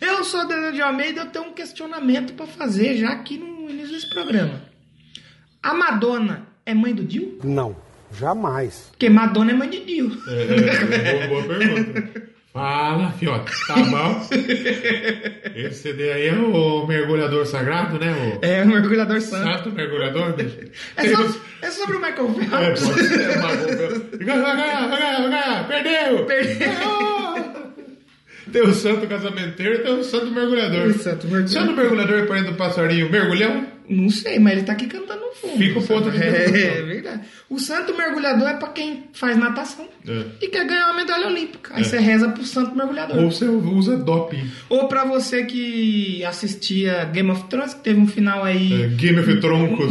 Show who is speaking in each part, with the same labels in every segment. Speaker 1: eu sou a Daniela de Almeida, eu tenho um questionamento pra fazer já aqui no início desse programa. A Madonna é mãe do Dio?
Speaker 2: Não, jamais.
Speaker 1: Porque Madonna é mãe de Dio.
Speaker 3: É, boa, boa pergunta. Fala, fiote. Tá bom? Esse CD aí é o mergulhador sagrado, né? O
Speaker 1: É, o mergulhador santo.
Speaker 3: santo mergulhador, bicho.
Speaker 1: É, so- é sobre o Michael
Speaker 3: Ah. É, pode
Speaker 1: Phelps.
Speaker 3: ser uma boa. Perdeu!
Speaker 1: Perdeu.
Speaker 3: Ah! Tem o santo casamenteiro e tem o santo mergulhador.
Speaker 1: O santo mergulhador.
Speaker 3: Santo mergulhador é parente do passarinho mergulhão?
Speaker 1: Não sei, mas ele tá aqui cantando no fundo.
Speaker 3: Fica o ponto então. de interrogação.
Speaker 1: É, é verdade. O santo mergulhador é pra quem faz natação
Speaker 3: É.
Speaker 1: e quer ganhar uma medalha olímpica. Aí você reza pro santo mergulhador.
Speaker 3: Ou você usa doping.
Speaker 1: Ou pra você que assistia Game of Thrones, que teve um final
Speaker 3: É,
Speaker 1: aí.
Speaker 3: Game of Troncos.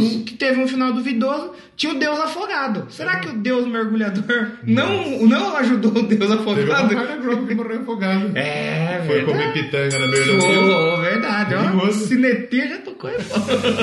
Speaker 1: um- que teve um final duvidoso, tinha o Deus afogado. Será que o Deus mergulhador não, não ajudou o Deus
Speaker 3: Teve uma
Speaker 1: afogado?
Speaker 3: cara grossa que morreu afogado.
Speaker 1: É,
Speaker 3: Foi
Speaker 1: verdade.
Speaker 3: comer pitanga na beira do rio.
Speaker 1: Oh, verdade, ó.
Speaker 3: Perigoso.
Speaker 1: Cineteia já tocou aí, pô.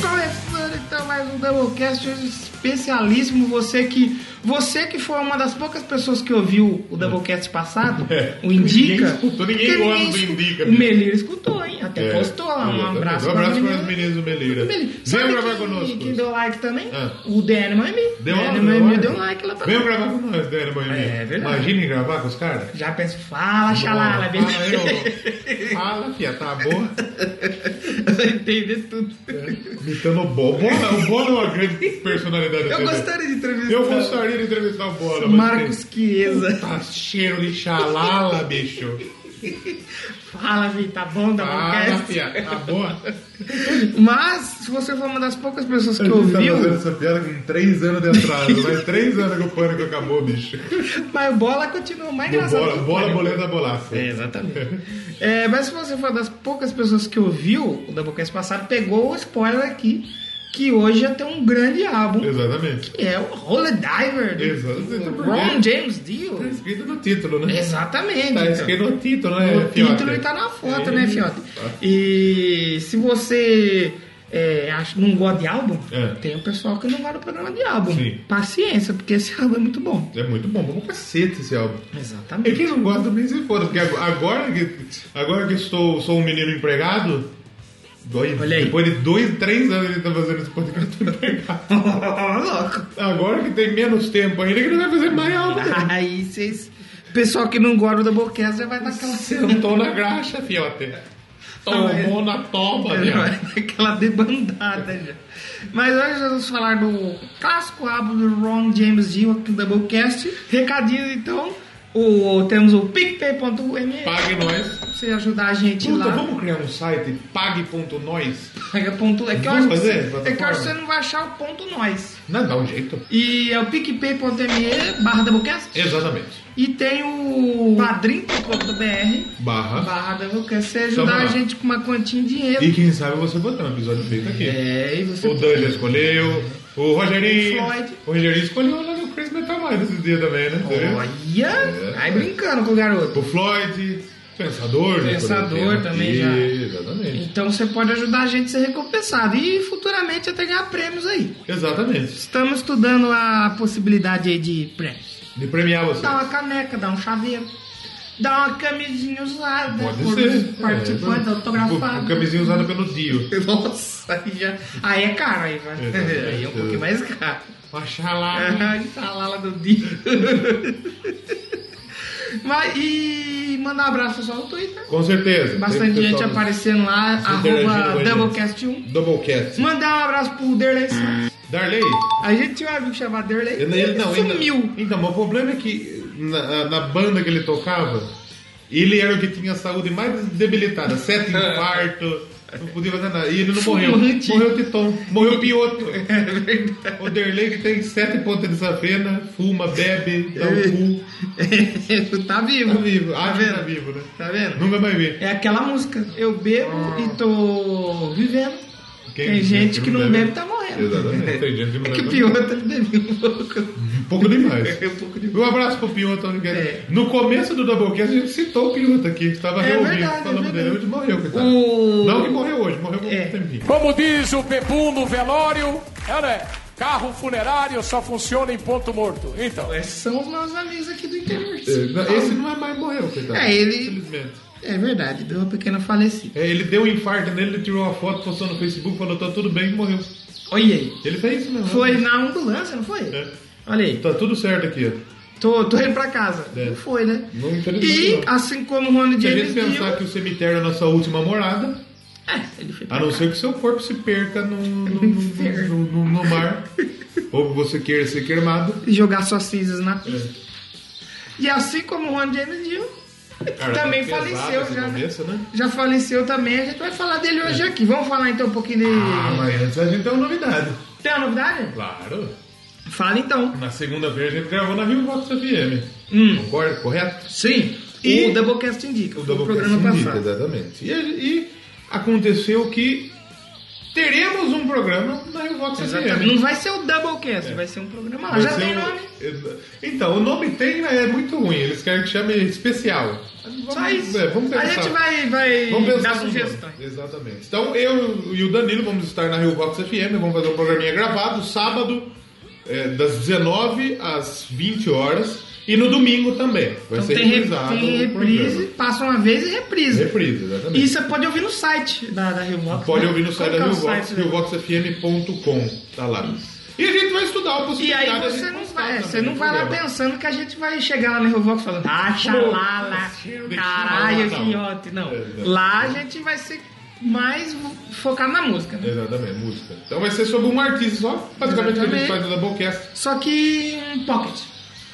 Speaker 1: Começando então mais um Doublecast hoje especialíssimo. Você que, você que foi uma das poucas pessoas que ouviu o Doublecast passado,
Speaker 3: É.
Speaker 1: o Indica.
Speaker 3: Ninguém escutou, ninguém
Speaker 1: porque
Speaker 3: gosta do
Speaker 1: escu-
Speaker 3: Indica,
Speaker 1: O
Speaker 3: bicho.
Speaker 1: Melírio escutou, hein? Até
Speaker 3: É.
Speaker 1: postou lá. Um
Speaker 3: Exatamente.
Speaker 1: abraço,
Speaker 3: Um abraço
Speaker 1: pra
Speaker 3: para as meninas do Meleira.
Speaker 1: Beleza.
Speaker 3: Venham
Speaker 1: Sabe
Speaker 3: gravar
Speaker 1: quem-
Speaker 3: conosco.
Speaker 1: Quem deu like também?
Speaker 3: Ah.
Speaker 1: O Daniel Mami.
Speaker 3: Deu um
Speaker 1: Daniel
Speaker 3: like,
Speaker 1: Mami
Speaker 3: deu
Speaker 1: deu um like
Speaker 3: like.
Speaker 1: tá lá pra
Speaker 3: Venham gravar com nós, Daniel Miami.
Speaker 1: É verdade. é
Speaker 3: Imagina gravar com os caras.
Speaker 1: Já penso, fala, xalala,
Speaker 3: Fala,
Speaker 1: beleza?
Speaker 3: Ah, eu. Fala, fia, tá boa?
Speaker 1: Entender tudo.
Speaker 3: Imitando o Bola. O Bola, o Bola é uma grande personalidade.
Speaker 1: Eu
Speaker 3: entendeu?
Speaker 1: gostaria de entrevistar
Speaker 3: Eu gostaria de entrevistar o Bola, mas
Speaker 1: Marcos Chiesa.
Speaker 3: tem- Tá cheiro de xalala, bicho.
Speaker 1: Fala, Vi, tá bom da
Speaker 3: Fala,
Speaker 1: podcast?
Speaker 3: fia, tá boa?
Speaker 1: Mas, se você for uma das poucas pessoas que
Speaker 3: A gente tá fazendo
Speaker 1: ouviu,
Speaker 3: essa piada com 3 anos de atraso. Mas 3 anos que o pânico acabou, bicho.
Speaker 1: mas o Bola continua mais
Speaker 3: Do
Speaker 1: É engraçado.
Speaker 3: bola,
Speaker 1: que o
Speaker 3: bola,
Speaker 1: Pânico.
Speaker 3: boleta, bolaça.
Speaker 1: É, exatamente. É, mas se você for das poucas pessoas que ouviu o Doublecast passado, pegou o spoiler aqui, que hoje já tem um grande álbum.
Speaker 3: Exatamente.
Speaker 1: que é o Holy Diver. do-
Speaker 3: Exato.
Speaker 1: do
Speaker 3: Por
Speaker 1: Ron
Speaker 3: quê?
Speaker 1: James
Speaker 3: Tá
Speaker 1: Dio.
Speaker 3: escrito no título, né?
Speaker 1: Exatamente.
Speaker 3: Tá
Speaker 1: então.
Speaker 3: escrito no título, né?
Speaker 1: O
Speaker 3: Fiote?
Speaker 1: título tá na foto,
Speaker 3: É.
Speaker 1: né, Fiote? E se você é, acha, não gosta de álbum,
Speaker 3: É.
Speaker 1: tem o pessoal que não gosta do programa de álbum.
Speaker 3: Sim.
Speaker 1: Paciência, porque esse álbum é muito bom.
Speaker 3: É muito bom, bom pra cacete esse álbum. E
Speaker 1: Exatamente.
Speaker 3: quem não gosta também se foda, porque ag- agora que, agora que estou, sou um menino empregado, dois-
Speaker 1: Olha aí.
Speaker 3: depois de dois, três anos ele tá fazendo esse podcast eu tô empregado.
Speaker 1: Louco.
Speaker 3: Agora que tem menos tempo ainda, que ele vai fazer mais álbum. né?
Speaker 1: Aí vocês. Pessoal que não gosta do Doublecast já vai dar aquela
Speaker 3: Sentou na graxa, fiote. Tomou na toba,
Speaker 1: Ele vai
Speaker 3: viado.
Speaker 1: dar Aquela debandada já. Mas hoje nós vamos falar do clássico álbum do Ron James Dio aqui no Doublecast. Recadinho então, o, temos o picpay.me
Speaker 3: Pague nós.
Speaker 1: pra você ajudar a gente
Speaker 3: Puta,
Speaker 1: lá.
Speaker 3: vamos criar um site, pague.nós.
Speaker 1: Pega ponto, é que eu
Speaker 3: Vamos
Speaker 1: acho que,
Speaker 3: fazer,
Speaker 1: você- é que eu
Speaker 3: plataforma?
Speaker 1: acho que você não vai achar o ponto nós.
Speaker 3: Não, dá um jeito.
Speaker 1: E é o picpay.me barra Doublecast.
Speaker 3: Exatamente.
Speaker 1: E tem o padrim.br
Speaker 3: Barra.
Speaker 1: barra Doublecast. Você ajudar
Speaker 3: Tamo
Speaker 1: a
Speaker 3: Então lá.
Speaker 1: gente com uma quantia em dinheiro.
Speaker 3: E quem sabe você botar um episódio feito aqui.
Speaker 1: É, e você
Speaker 3: O Dan já escolheu. O Rogerinho.
Speaker 1: Floyd.
Speaker 3: O Rogerinho escolheu lá no Chris Metal Mind esses dias também, né? Você viu?
Speaker 1: Olha! Aí brincando com o garoto.
Speaker 3: O Floyd. Pensador. né, já
Speaker 1: Pensador
Speaker 3: escolheu o tema
Speaker 1: também
Speaker 3: aqui,
Speaker 1: já.
Speaker 3: Exatamente.
Speaker 1: Então você pode ajudar a gente a ser recompensado e futuramente até ganhar prêmios aí.
Speaker 3: Exatamente.
Speaker 1: Estamos estudando a possibilidade aí de prêmios.
Speaker 3: De premiar você.
Speaker 1: Dá uma caneca, dá um chaveiro, dá uma camisinha usada
Speaker 3: Pode
Speaker 1: por
Speaker 3: ser.
Speaker 1: um participante
Speaker 3: É,
Speaker 1: autografado.
Speaker 3: Com camisinha usada pelo Dio.
Speaker 1: Nossa, aí, já... aí é caro, aí, vai.
Speaker 3: Exatamente.
Speaker 1: aí é um pouquinho mais caro.
Speaker 3: Oxalá.
Speaker 1: Ah, Salala do dia. Mas, e mandar um abraço pessoal no Twitter.
Speaker 3: Com certeza.
Speaker 1: Bastante
Speaker 3: Tem
Speaker 1: gente
Speaker 3: pessoal
Speaker 1: aparecendo lá,
Speaker 3: se interagindo com
Speaker 1: arroba
Speaker 3: a gente.
Speaker 1: Doublecast1.
Speaker 3: no Doublecast.
Speaker 1: Mandar um abraço pro Derley Santos.
Speaker 3: Darley.
Speaker 1: A gente tinha um amigo chamado Derley.
Speaker 3: Ele, ele não, ainda-
Speaker 1: sumiu.
Speaker 3: então, mas o problema é que na, na banda que ele tocava, ele era o que tinha a saúde mais debilitada. Sete infarto, não podia fazer nada. E ele não morreu.
Speaker 1: Fumante.
Speaker 3: Morreu Titon, morreu Pioto.
Speaker 1: É verdade.
Speaker 3: O Derley que tem sete pontas de safena, fuma, bebe, dá um cu.
Speaker 1: tá vivo.
Speaker 3: Tá vivo. Ah, era vivo, né?
Speaker 1: Tá vendo?
Speaker 3: Nunca mais vi.
Speaker 1: É aquela música. Eu bebo e tô vivendo.
Speaker 3: Quem
Speaker 1: Tem
Speaker 3: diz
Speaker 1: gente que não bebe, tá morrendo.
Speaker 3: Exatamente. Tem gente que não
Speaker 1: É
Speaker 3: vai
Speaker 1: que o
Speaker 3: não.
Speaker 1: Pioto ele bebeu um pouco.
Speaker 3: Um pouco demais.
Speaker 1: É um pouco demais.
Speaker 3: Um abraço pro Pinhoto. onde quer.
Speaker 1: É.
Speaker 3: No começo do Doublecast, a gente citou o Pinhoto aqui. que Tava
Speaker 1: É
Speaker 3: reunido,
Speaker 1: verdade, é
Speaker 3: falando dele.
Speaker 1: verdade.
Speaker 3: Hoje morreu, coitado.
Speaker 1: O-
Speaker 3: Não que morreu hoje, morreu com
Speaker 1: É.
Speaker 3: um tempinho.
Speaker 4: Como diz o Pepum no velório, é, né? Carro funerário só funciona em ponto morto. Então.
Speaker 1: Esses são os meus amigos aqui do
Speaker 3: É,
Speaker 1: internet.
Speaker 3: não, Esse não é mais morreu, coitado.
Speaker 1: É, ele-
Speaker 3: Infelizmente.
Speaker 1: É verdade, deu uma pequena falecida.
Speaker 3: É, ele deu um infarto nele, ele tirou uma foto, postou no Facebook, falou: tá tudo bem, e morreu.
Speaker 1: Olha aí.
Speaker 3: Ele fez isso mesmo.
Speaker 1: Foi na ambulância, não foi?
Speaker 3: É.
Speaker 1: Olha aí.
Speaker 3: Tá tudo certo aqui, ó.
Speaker 1: Tô, tô indo pra casa.
Speaker 3: É.
Speaker 1: Não foi, né?
Speaker 3: Não,
Speaker 1: E,
Speaker 3: infelizmente não.
Speaker 1: assim como o Rony
Speaker 3: Se a
Speaker 1: James
Speaker 3: gente pensar
Speaker 1: Dio...
Speaker 3: que o cemitério é a nossa última morada,
Speaker 1: É, ele foi pra
Speaker 3: a não ser que seu corpo se perca no, no, no, no- no- no mar, ou você queira ser queimado.
Speaker 1: jogar suas cinzas na pista. E assim como o Rony James Dio,
Speaker 3: Cara,
Speaker 1: também
Speaker 3: tá pesado
Speaker 1: faleceu
Speaker 3: esse
Speaker 1: já. né?
Speaker 3: começo, né?
Speaker 1: Já faleceu também, a gente vai falar dele hoje aqui. Vamos falar então um pouquinho dele.
Speaker 3: Ah, mas antes a gente tem uma novidade.
Speaker 1: Tem uma novidade?
Speaker 3: Claro.
Speaker 1: Fala então.
Speaker 3: Na segunda-feira a gente gravou na Rio Vox FM.
Speaker 1: Hum.
Speaker 3: Concorda? Correto?
Speaker 1: Sim.
Speaker 3: E-
Speaker 1: o Doublecast indica. foi o programa
Speaker 3: Doublecast indica,
Speaker 1: passado.
Speaker 3: Exatamente. E, a- e aconteceu que teremos um programa na Rio Vox
Speaker 1: Exatamente.
Speaker 3: FM.
Speaker 1: Não vai ser o Doublecast, vai ser um programa lá.
Speaker 3: É. Vai
Speaker 1: Já
Speaker 3: ser
Speaker 1: tem
Speaker 3: um-
Speaker 1: nome.
Speaker 3: Exa- Então, o nome tem, mas é muito ruim. Eles querem que chame especial.
Speaker 1: Só isso.
Speaker 3: é, vamos
Speaker 1: a
Speaker 3: pensar.
Speaker 1: gente vai, vai
Speaker 3: Vamos pensar
Speaker 1: dar
Speaker 3: no nome.
Speaker 1: sugestões.
Speaker 3: Exatamente. Então, eu e o Danilo vamos estar na Rio Box FM, vamos fazer um programinha gravado, sábado, é, das 19 às 20 horas, e no domingo também. Vai
Speaker 1: Então
Speaker 3: ser
Speaker 1: tem, re-
Speaker 3: reprisado
Speaker 1: tem
Speaker 3: o
Speaker 1: reprise,
Speaker 3: programa.
Speaker 1: passa uma vez e reprise.
Speaker 3: Reprise, exatamente.
Speaker 1: E você pode ouvir no site da, da Realbox.
Speaker 3: Pode
Speaker 1: né?
Speaker 3: ouvir no
Speaker 1: Qual
Speaker 3: site da
Speaker 1: que é o
Speaker 3: Realbox,
Speaker 1: site da
Speaker 3: realboxfm.com, tá lá. E a gente vai estudar a
Speaker 1: E
Speaker 3: possibilidade
Speaker 1: aí
Speaker 3: da
Speaker 1: você
Speaker 3: gente
Speaker 1: não
Speaker 3: postar
Speaker 1: vai, é,
Speaker 3: também
Speaker 1: você não
Speaker 3: no
Speaker 1: vai lá
Speaker 3: programa.
Speaker 1: pensando que a gente vai chegar lá no Revox falando, ah, xalala,
Speaker 3: Pô,
Speaker 1: caralho,
Speaker 3: não.
Speaker 1: quinhote. Não.
Speaker 3: É, não.
Speaker 1: Lá a gente vai ser mais focado na música, né?
Speaker 3: Exatamente, música. Então vai ser sobre um artista só, basicamente que a gente
Speaker 1: Exatamente.
Speaker 3: faz no Doublecast,
Speaker 1: Só que um pocket.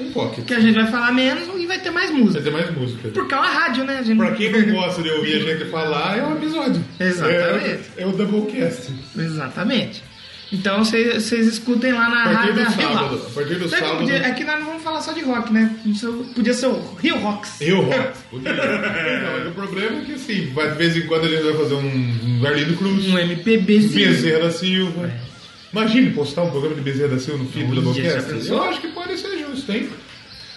Speaker 3: um pocket.
Speaker 1: Que a gente vai falar menos e vai ter mais
Speaker 3: Vai
Speaker 1: música.
Speaker 3: ter mais música.
Speaker 1: Porque é uma rádio, né? A gente
Speaker 3: Pra quem não gosta de ouvir a gente falar, é um episódio.
Speaker 1: Exatamente.
Speaker 3: É, é o Doublecast.
Speaker 1: Exatamente. Então vocês vocês escutem lá na
Speaker 3: A partir
Speaker 1: rádio
Speaker 3: do
Speaker 1: da Rio
Speaker 3: sábado,
Speaker 1: Rocks.
Speaker 3: a partir do
Speaker 1: Sabe,
Speaker 3: sábado-
Speaker 1: Podia, é que nós não vamos falar só de rock, né? Isso Podia ser o Rio Rocks.
Speaker 3: Eu rock. Podia. Não, mas o problema é que assim, vai- de vez em quando a gente vai fazer um, um Arlindo Cruz,
Speaker 1: Um MPB. sim.
Speaker 3: Bezerra da Silva. Imagine postar um programa de Bezerra da Silva no feed
Speaker 1: É.
Speaker 3: do
Speaker 1: Olha, já
Speaker 3: Doublecast.
Speaker 1: pensou?
Speaker 3: Eu acho que pode ser justo, hein?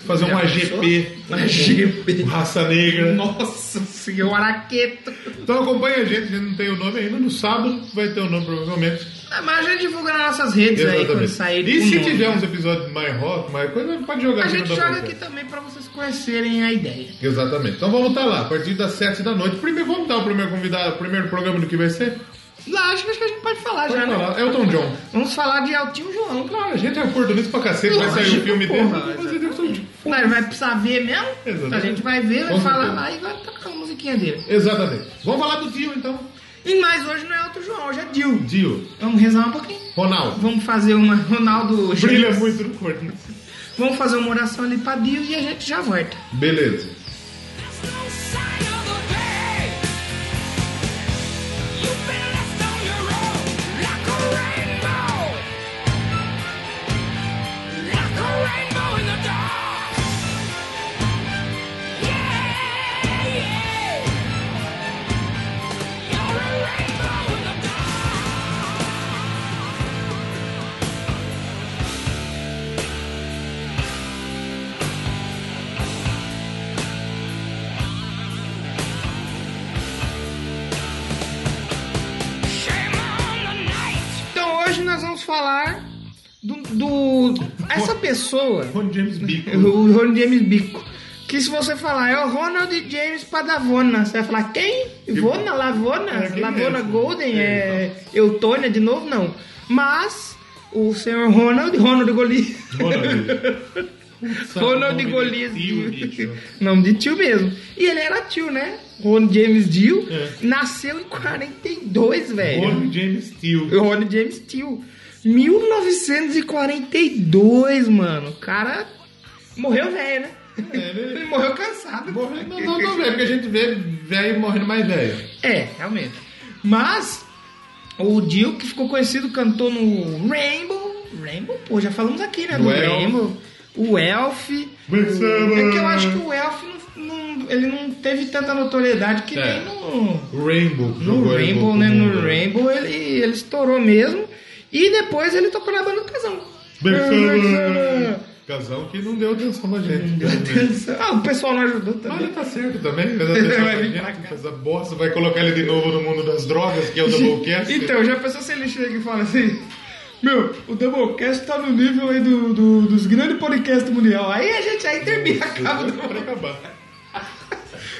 Speaker 3: Fazer
Speaker 1: Já
Speaker 3: um
Speaker 1: pensou?
Speaker 3: AGP,
Speaker 1: Uma GP.
Speaker 3: Raça Negra.
Speaker 1: Nossa senhora, araqueto.
Speaker 3: Então acompanha a gente, a gente não tem o nome ainda. No sábado vai ter o nome provavelmente.
Speaker 1: Ah, Mas a gente divulga nas nossas redes aí quando sair.
Speaker 3: E
Speaker 1: o
Speaker 3: se
Speaker 1: nome.
Speaker 3: tiver um uns episódios mais rock, mais coisa, pode jogar
Speaker 1: A
Speaker 3: aqui
Speaker 1: gente
Speaker 3: no
Speaker 1: joga
Speaker 3: Doublecast.
Speaker 1: aqui também pra vocês conhecerem a ideia.
Speaker 3: Exatamente. Então vamos estar lá, a partir das 7 da noite. Primeiro, vamos dar o primeiro convidado, o primeiro programa do que vai ser?
Speaker 1: Lá, acho, acho que a gente pode falar
Speaker 3: Pode
Speaker 1: já, né?
Speaker 3: falar. Elton John.
Speaker 1: Vamos falar de Altinho João.
Speaker 3: Claro, a gente é oportunista pra cacete, vai sair
Speaker 1: Lógico,
Speaker 3: o filme
Speaker 1: porra,
Speaker 3: dele. Vamos fazer Elton John.
Speaker 1: Nós vai precisar ver mesmo.
Speaker 3: Exatamente.
Speaker 1: A gente vai ver, vai
Speaker 3: Com
Speaker 1: falar
Speaker 3: certeza.
Speaker 1: lá e vai tocar a musiquinha dele.
Speaker 3: Exatamente. Vamos falar do Dio então.
Speaker 1: E mais hoje não é Alto João, hoje é Dil.
Speaker 3: Dio,
Speaker 1: Vamos rezar um pouquinho.
Speaker 3: Ronaldo.
Speaker 1: Vamos fazer uma Ronaldo.
Speaker 3: Brilha muito no corpo.
Speaker 1: Vamos fazer uma oração ali pra Dil e a gente já volta.
Speaker 3: Beleza.
Speaker 5: There's no sign of the bay. You've been left on your own, like a rainbow, like a rainbow in the dark. Yeah, yeah. You're a rainbow in the dark. Shame on the night.
Speaker 1: Então hoje nós vamos falar do. do- essa pessoa,
Speaker 3: Ron James Bico.
Speaker 1: o Ron James Bico. Que se você falar, é o Ronald James Padavona, você vai falar, quem? Vona, Lavona,
Speaker 3: É, quem é
Speaker 1: Lavona
Speaker 3: esse?
Speaker 1: Golden,
Speaker 3: É,
Speaker 1: é, Eutônia de novo, não. Mas o senhor Ronald, Ronald Golias.
Speaker 3: Ronald.
Speaker 1: Ronald
Speaker 3: Nome de
Speaker 1: Golias.
Speaker 3: tio, bicho.
Speaker 1: Nome de tio mesmo. E ele era tio, né? Ron James Dio.
Speaker 3: É.
Speaker 1: Nasceu em 42, velho.
Speaker 3: Ron James Tio.
Speaker 1: Ronnie James Steele. 1942, mano. O cara morreu velho, né?
Speaker 3: É, ele-
Speaker 1: Ele morreu cansado.
Speaker 3: Morrendo, não, não, não, velho, porque a gente vê velho morrendo mais velho.
Speaker 1: É, realmente. Mas o Dio, que ficou conhecido, cantou no Rainbow. Rainbow, pô, já falamos aqui, né?
Speaker 3: Do
Speaker 1: Do
Speaker 3: Elf.
Speaker 1: Rainbow. O Elf.
Speaker 3: Big
Speaker 1: o-
Speaker 3: Summer.
Speaker 1: É que eu acho que o Elf não, não- ele não teve tanta notoriedade que
Speaker 3: É.
Speaker 1: nem no.
Speaker 3: Rainbow.
Speaker 1: No
Speaker 3: jogou
Speaker 1: Rainbow,
Speaker 3: pro
Speaker 1: né?
Speaker 3: mundo,
Speaker 1: No Rainbow ele, ele estourou mesmo. E depois ele tocou na banda do Casão.
Speaker 3: Bersana. Casão que não deu atenção pra gente.
Speaker 1: Não deu atenção. Ah, o pessoal não ajudou
Speaker 3: Mas
Speaker 1: também.
Speaker 3: ele tá certo também. Mas atenção pra
Speaker 1: Vai vir pra
Speaker 3: gente, essa bosta vai colocar ele de novo no mundo das drogas, que é o Doublecast.
Speaker 1: Então, já pensou se ele chega e fala assim: Meu, o Doublecast tá no nível aí do, do- dos grandes podcasts do mundial. Aí a gente aí termina, acaba o
Speaker 3: Pra
Speaker 1: Doublecast.
Speaker 3: acabar.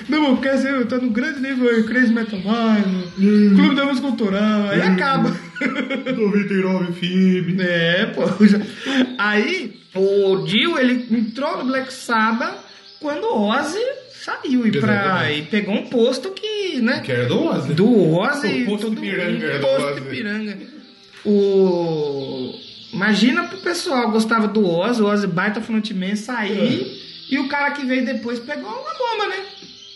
Speaker 1: Doublecast eu, tá no grande nível aí, Crazy Metal
Speaker 3: Hum.
Speaker 1: Mind, Clube da Música Cultural, aí acaba.
Speaker 3: 99 firme.
Speaker 1: É, pô. já- Aí, o Dio, ele entrou no Black Sabbath quando o Ozzy saiu e, pra,
Speaker 3: Exatamente.
Speaker 1: e pegou um posto que, né?
Speaker 3: Que era do Ozzy.
Speaker 1: Do Ozzy.
Speaker 3: O posto né?
Speaker 1: todo-
Speaker 3: Ipiranga era do
Speaker 1: Posto
Speaker 3: Ozzy.
Speaker 1: Ipiranga. O... Imagina pro pessoal, gostava do Ozzy, o Ozzy baita frontimense, sair e o cara que veio depois pegou uma bomba, né?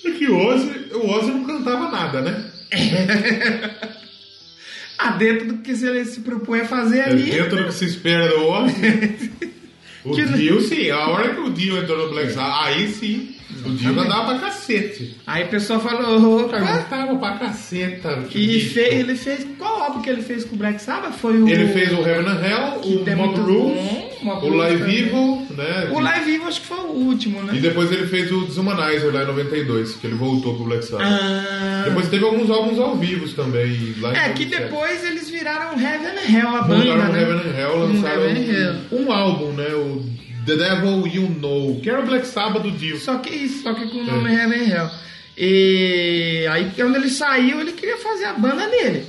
Speaker 3: É que o Ozzy, o Ozzy não cantava nada, né?
Speaker 1: Ah, dentro do que ele se propõe a fazer
Speaker 3: É
Speaker 1: ali.
Speaker 3: dentro do que se espera do Ozzy. O
Speaker 1: Que-
Speaker 3: Dio, sim. A hora que o Dio entrou no Black Sabbath, aí sim. O Dio cantava pra cacete.
Speaker 1: Aí o pessoal falou,
Speaker 3: Cara,
Speaker 1: opa,
Speaker 3: cantava pra caceta.
Speaker 1: E
Speaker 3: bicho.
Speaker 1: fe- ele fez. Qual álbum que ele fez com o Black Sabbath? Foi o.
Speaker 3: Ele fez o Heaven and Hell,
Speaker 1: Que tem
Speaker 3: o Mob
Speaker 1: muito
Speaker 3: Rules,
Speaker 1: bom, Mob
Speaker 3: o
Speaker 1: Rules
Speaker 3: Live
Speaker 1: também.
Speaker 3: Evil, né?
Speaker 1: O Live Vivo acho que foi o último,
Speaker 3: E
Speaker 1: né?
Speaker 3: depois ele fez o Deshumanizer lá em 92, que ele voltou pro Black Sabbath.
Speaker 1: Ah,
Speaker 3: Depois teve alguns álbuns ao vivo também. Lá em
Speaker 1: é, que
Speaker 3: 97.
Speaker 1: depois eles viraram Heaven and Hell, a banda.
Speaker 3: Mandaram o
Speaker 1: né?
Speaker 3: Heaven and Hell,
Speaker 1: Um
Speaker 3: lançaram
Speaker 1: Heaven and Hell.
Speaker 3: um, um álbum, né? O The Devil You Know, que era o Black Sabbath do Dio.
Speaker 1: Só que isso, só
Speaker 3: É.
Speaker 1: que com o nome Heaven and Hell. E aí quando ele saiu, ele queria fazer a banda dele.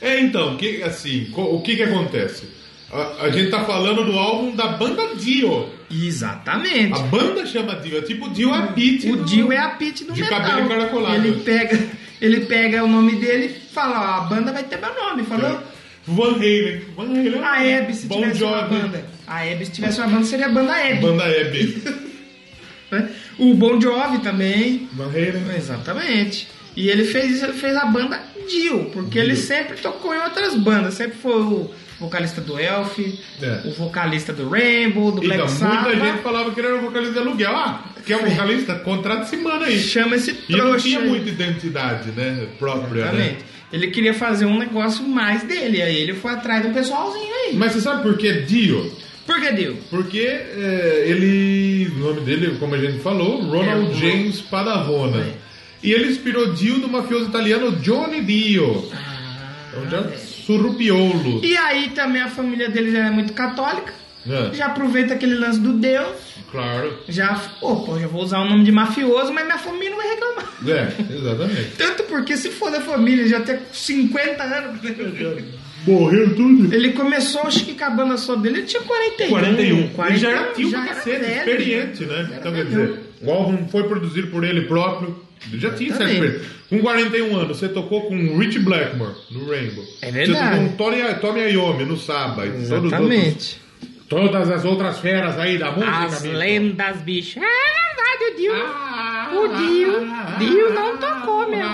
Speaker 3: É, então, que, assim, co- o que que acontece? A, a gente tá falando do álbum da banda Dio.
Speaker 1: Exatamente.
Speaker 3: A banda chama Dio, é tipo Dio a Pete.
Speaker 1: O Dio é a Pete do
Speaker 3: De
Speaker 1: metal.
Speaker 3: cabelo encaracolado.
Speaker 1: Ele pega, ele pega o nome dele e fala, ó, a banda vai ter meu nome, falou?
Speaker 3: Van Halen. Van Halen.
Speaker 1: A Hebe, se
Speaker 3: É. Bon
Speaker 1: tivesse uma
Speaker 3: Jovi. É
Speaker 1: banda. A Hebe, se tivesse uma banda, seria a banda Hebe.
Speaker 3: Banda Hebe.
Speaker 1: né? O Bon Jovi também.
Speaker 3: Van Halen.
Speaker 1: Exatamente. E ele fez isso, ele fez a banda Dio, porque ele sempre tocou em outras bandas. Sempre foi o vocalista do Elf,
Speaker 3: É.
Speaker 1: o vocalista do Rainbow, do Black
Speaker 3: Então, muita
Speaker 1: Sabbath.
Speaker 3: gente falava que ele era um vocalista de aluguel. Ah, quer um vocalista? Contrata esse mano aí.
Speaker 1: Chama esse
Speaker 3: E não
Speaker 1: trouxa.
Speaker 3: tinha
Speaker 1: aí.
Speaker 3: muita identidade, né? Própria, né?
Speaker 1: Exatamente. Ele queria fazer um negócio mais dele, aí ele foi atrás do pessoalzinho aí.
Speaker 3: Mas você sabe por que Dio?
Speaker 1: Por que Dio?
Speaker 3: Porque é, ele, o nome dele, como a gente falou, Ronald
Speaker 1: É, o-
Speaker 3: James Padavona.
Speaker 1: É.
Speaker 3: E ele inspirou Dio do mafioso italiano Johnny Dio. Então já surrupiolo.
Speaker 1: E aí também a família dele já é muito católica.
Speaker 3: É.
Speaker 1: Já aproveita aquele lance do Deus.
Speaker 3: Claro.
Speaker 1: Já, pô, pô, já vou usar o nome de mafioso, mas minha família não vai reclamar.
Speaker 3: É, exatamente.
Speaker 1: Tanto porque se for da família, já tem 50 anos.
Speaker 3: Morreu tudo.
Speaker 1: Ele começou, acho que com a banda só dele, ele tinha 41.
Speaker 3: 41. Ele já era
Speaker 1: 41,
Speaker 3: tio
Speaker 1: já
Speaker 3: pra
Speaker 1: era
Speaker 3: cacete,
Speaker 1: velho.
Speaker 3: experiente, né?
Speaker 1: Já era
Speaker 3: Então quer
Speaker 1: velhão.
Speaker 3: dizer, o álbum foi produzido por ele próprio. Ele já tinha certa
Speaker 1: Exatamente.
Speaker 3: experiência. Com 41 anos, você tocou com o Rich Blackmore no Rainbow.
Speaker 1: É verdade.
Speaker 3: Você tocou com o Tony, Tommy Iommi no Saba. e todos os outros
Speaker 1: Exatamente.
Speaker 3: Todas as outras feras aí da música.
Speaker 1: As
Speaker 3: amigo.
Speaker 1: lendas, bicho. É verdade, o Dio.
Speaker 3: Ah,
Speaker 1: O Dio.
Speaker 3: ah,
Speaker 1: Dio não tocou, meu.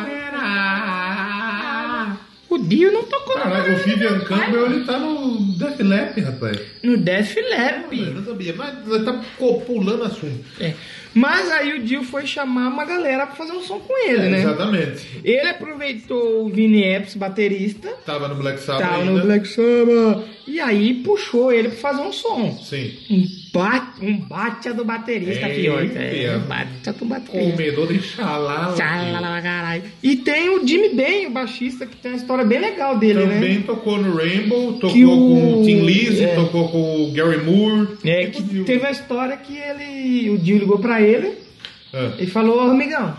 Speaker 1: O Dio não tocou.
Speaker 3: Caraca, ah, o Vivian Campbell ele tá no Death Lap, rapaz.
Speaker 1: No Death Lab.
Speaker 3: Eu não sabia, mas ele tá co- pulando assunto.
Speaker 1: É. Mas aí o Dio foi chamar uma galera pra fazer um som com ele,
Speaker 3: É,
Speaker 1: né?
Speaker 3: Exatamente.
Speaker 1: Ele aproveitou o Vini Epps, baterista,
Speaker 3: Tava no Black Sabbath
Speaker 1: tava
Speaker 3: ainda.
Speaker 1: Tá no Black Sabbath, e aí puxou ele pra fazer um som.
Speaker 3: Sim.
Speaker 1: Um bate, um bate do baterista aqui, ó. É,
Speaker 3: Eita.
Speaker 1: um bate do baterista.
Speaker 3: Comedor de xalala.
Speaker 1: Tchalala, caralho. E tem o Jimmy Ben, o baixista, que tem uma história bem legal dele, né?
Speaker 3: Também tocou no Rainbow, tocou
Speaker 1: Que o-
Speaker 3: com o Tim Lizzy,
Speaker 1: é.
Speaker 3: tocou com o Gary Moore.
Speaker 1: É, que teve a história que ele. O Dio ligou pra ele
Speaker 3: Ah.
Speaker 1: e falou, ô amigão,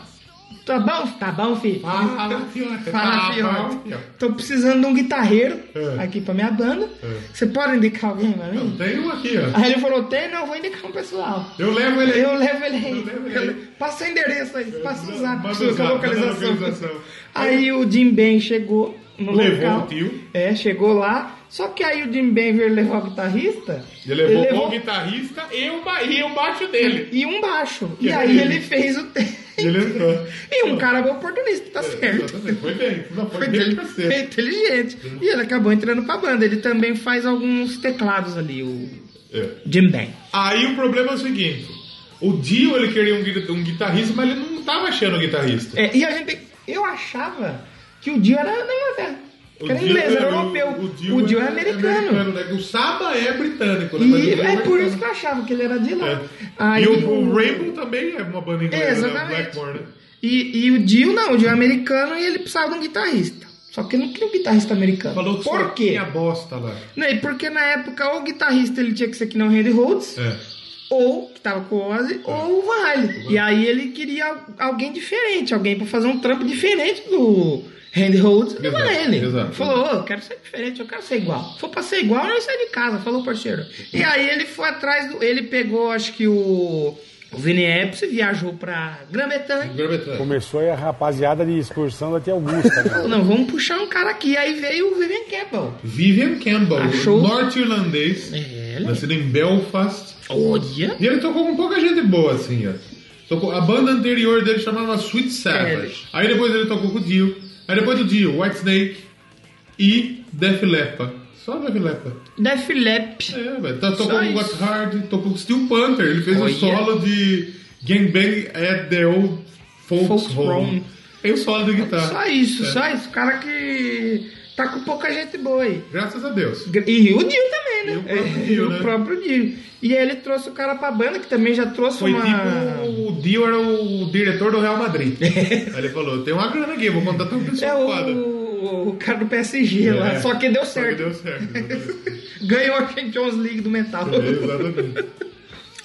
Speaker 1: tá bom? Tá bom, filho?
Speaker 3: Fala, fiote.
Speaker 1: Fala,
Speaker 3: Fala,
Speaker 1: fiote.
Speaker 3: fiote.
Speaker 1: Tô precisando de um guitarreiro
Speaker 3: É.
Speaker 1: aqui pra minha banda.
Speaker 3: É.
Speaker 1: Você pode indicar alguém pra mim?
Speaker 3: Não, Tem um aqui, ó.
Speaker 1: Aí ele falou, tem, não, vou indicar um pessoal.
Speaker 3: Eu levo ele aí.
Speaker 1: Eu levo ele aí.
Speaker 3: Eu levo ele aí.
Speaker 1: Passa o endereço aí, passa o zap,
Speaker 3: Manda o
Speaker 1: preciso com a
Speaker 3: zap, manda a
Speaker 1: localização.
Speaker 3: localização.
Speaker 1: Aí o Jim Ben chegou no
Speaker 3: Levou
Speaker 1: local.
Speaker 3: o tio.
Speaker 1: É, chegou lá. Só que aí o Jim Ben veio levar o guitarrista.
Speaker 3: Ele levou, o guitarrista e o, ba- e o baixo dele.
Speaker 1: E um baixo. E
Speaker 3: era
Speaker 1: aí
Speaker 3: ele.
Speaker 1: ele fez o tempo.
Speaker 3: E ele entrou. É,
Speaker 1: E um cara oportunista, tá certo.
Speaker 3: Exatamente, Foi bem. Não, foi, tá
Speaker 1: Foi
Speaker 3: bem
Speaker 1: inteli-
Speaker 3: pra
Speaker 1: foi
Speaker 3: ser.
Speaker 1: inteligente.
Speaker 3: Uhum.
Speaker 1: E ele acabou entrando pra banda. Ele também faz alguns teclados ali, o
Speaker 3: É.
Speaker 1: Jim Ben.
Speaker 3: Aí o problema é o seguinte. O Dio, ele queria um, guita- um guitarrista, mas ele não tava achando o guitarrista.
Speaker 1: É, e a gente. Eu achava que o Dio era da Inglaterra. Ele é inglês, ele é europeu.
Speaker 3: O,
Speaker 1: O Dio é
Speaker 3: né? O Saba é britânico, né? Mas o
Speaker 1: E
Speaker 3: Dio
Speaker 1: é por
Speaker 3: americano.
Speaker 1: isso que eu achava que ele era de lá.
Speaker 3: É.
Speaker 1: Aí, tipo,
Speaker 3: e o, o Rainbow também é uma banda
Speaker 1: É,
Speaker 3: inglesa, né?
Speaker 1: exatamente.
Speaker 3: Blackmore, né?
Speaker 1: E, e o Dio não, o Dio é americano e ele precisava de um guitarrista. Só que não tinha um guitarrista americano.
Speaker 3: Falou que
Speaker 1: Por
Speaker 3: só
Speaker 1: quê?
Speaker 3: tinha bosta lá.
Speaker 1: Né, porque na época ou o guitarrista ele tinha que ser que não Randy Rhodes,
Speaker 3: É.
Speaker 1: ou, que tava com o Ozzy, ou o Van Halen. E aí ele queria al- alguém diferente, alguém pra fazer um trampo diferente do Randy Rhodes e do Van
Speaker 3: Exato,
Speaker 1: Halen.
Speaker 3: exato.
Speaker 1: Falou, "Ô, eu quero ser diferente, eu quero ser igual. Se for pra ser igual, nós saímos de casa, falou o parceiro.
Speaker 3: Uhum.
Speaker 1: E aí ele foi atrás do... Ele pegou, acho que o... O Vini Epps viajou pra Grã-Bretanha.
Speaker 3: Grã-Bretanha.
Speaker 2: Começou aí a rapaziada de excursão da Tia Augusta. né?
Speaker 1: Não, vamos puxar um cara aqui. Aí veio o Vivian Campbell.
Speaker 3: Vivian Campbell,
Speaker 1: Achou?
Speaker 3: norte-irlandês,
Speaker 1: É, ele-
Speaker 3: nascido em Belfast.
Speaker 1: Olha.
Speaker 3: E ele tocou com pouca gente boa, assim, ó. Tocou, a banda anterior dele chamava Sweet Savage.
Speaker 1: É.
Speaker 3: Aí depois ele tocou com o Dio. Aí depois do Dio, White Snake e Def Leppard. Só Def Leppard.
Speaker 1: Def Leppard.
Speaker 3: É, velho. Tá- Tocou
Speaker 1: Só
Speaker 3: com
Speaker 1: isso.
Speaker 3: Got Hard, tocou com Steel Panther. Ele fez
Speaker 1: Olha.
Speaker 3: um solo de Gangbang at the Old Folks,
Speaker 1: Folks
Speaker 3: Home.
Speaker 1: Home.
Speaker 3: É o solo de guitarra.
Speaker 1: Só isso,
Speaker 3: É.
Speaker 1: só isso. Cara que tá com pouca gente boa aí.
Speaker 3: Graças a Deus.
Speaker 1: E o Dio também, né?
Speaker 3: E o próprio
Speaker 1: É,
Speaker 3: Dio,
Speaker 1: o
Speaker 3: né?
Speaker 1: próprio Dio. E aí ele trouxe o cara pra banda, que também já trouxe
Speaker 3: Foi
Speaker 1: uma...
Speaker 3: tipo, o Dio era o diretor do Real Madrid. Aí ele falou, tem uma grana aqui, vou contratar um
Speaker 1: É
Speaker 3: pessoal foda.
Speaker 1: o, o cara do PSG lá.
Speaker 3: É.
Speaker 1: Só que deu
Speaker 3: Só que
Speaker 1: certo.
Speaker 3: deu certo. né? exatamente.
Speaker 1: Ganhou a Champions League do metal.
Speaker 3: É, Exatamente.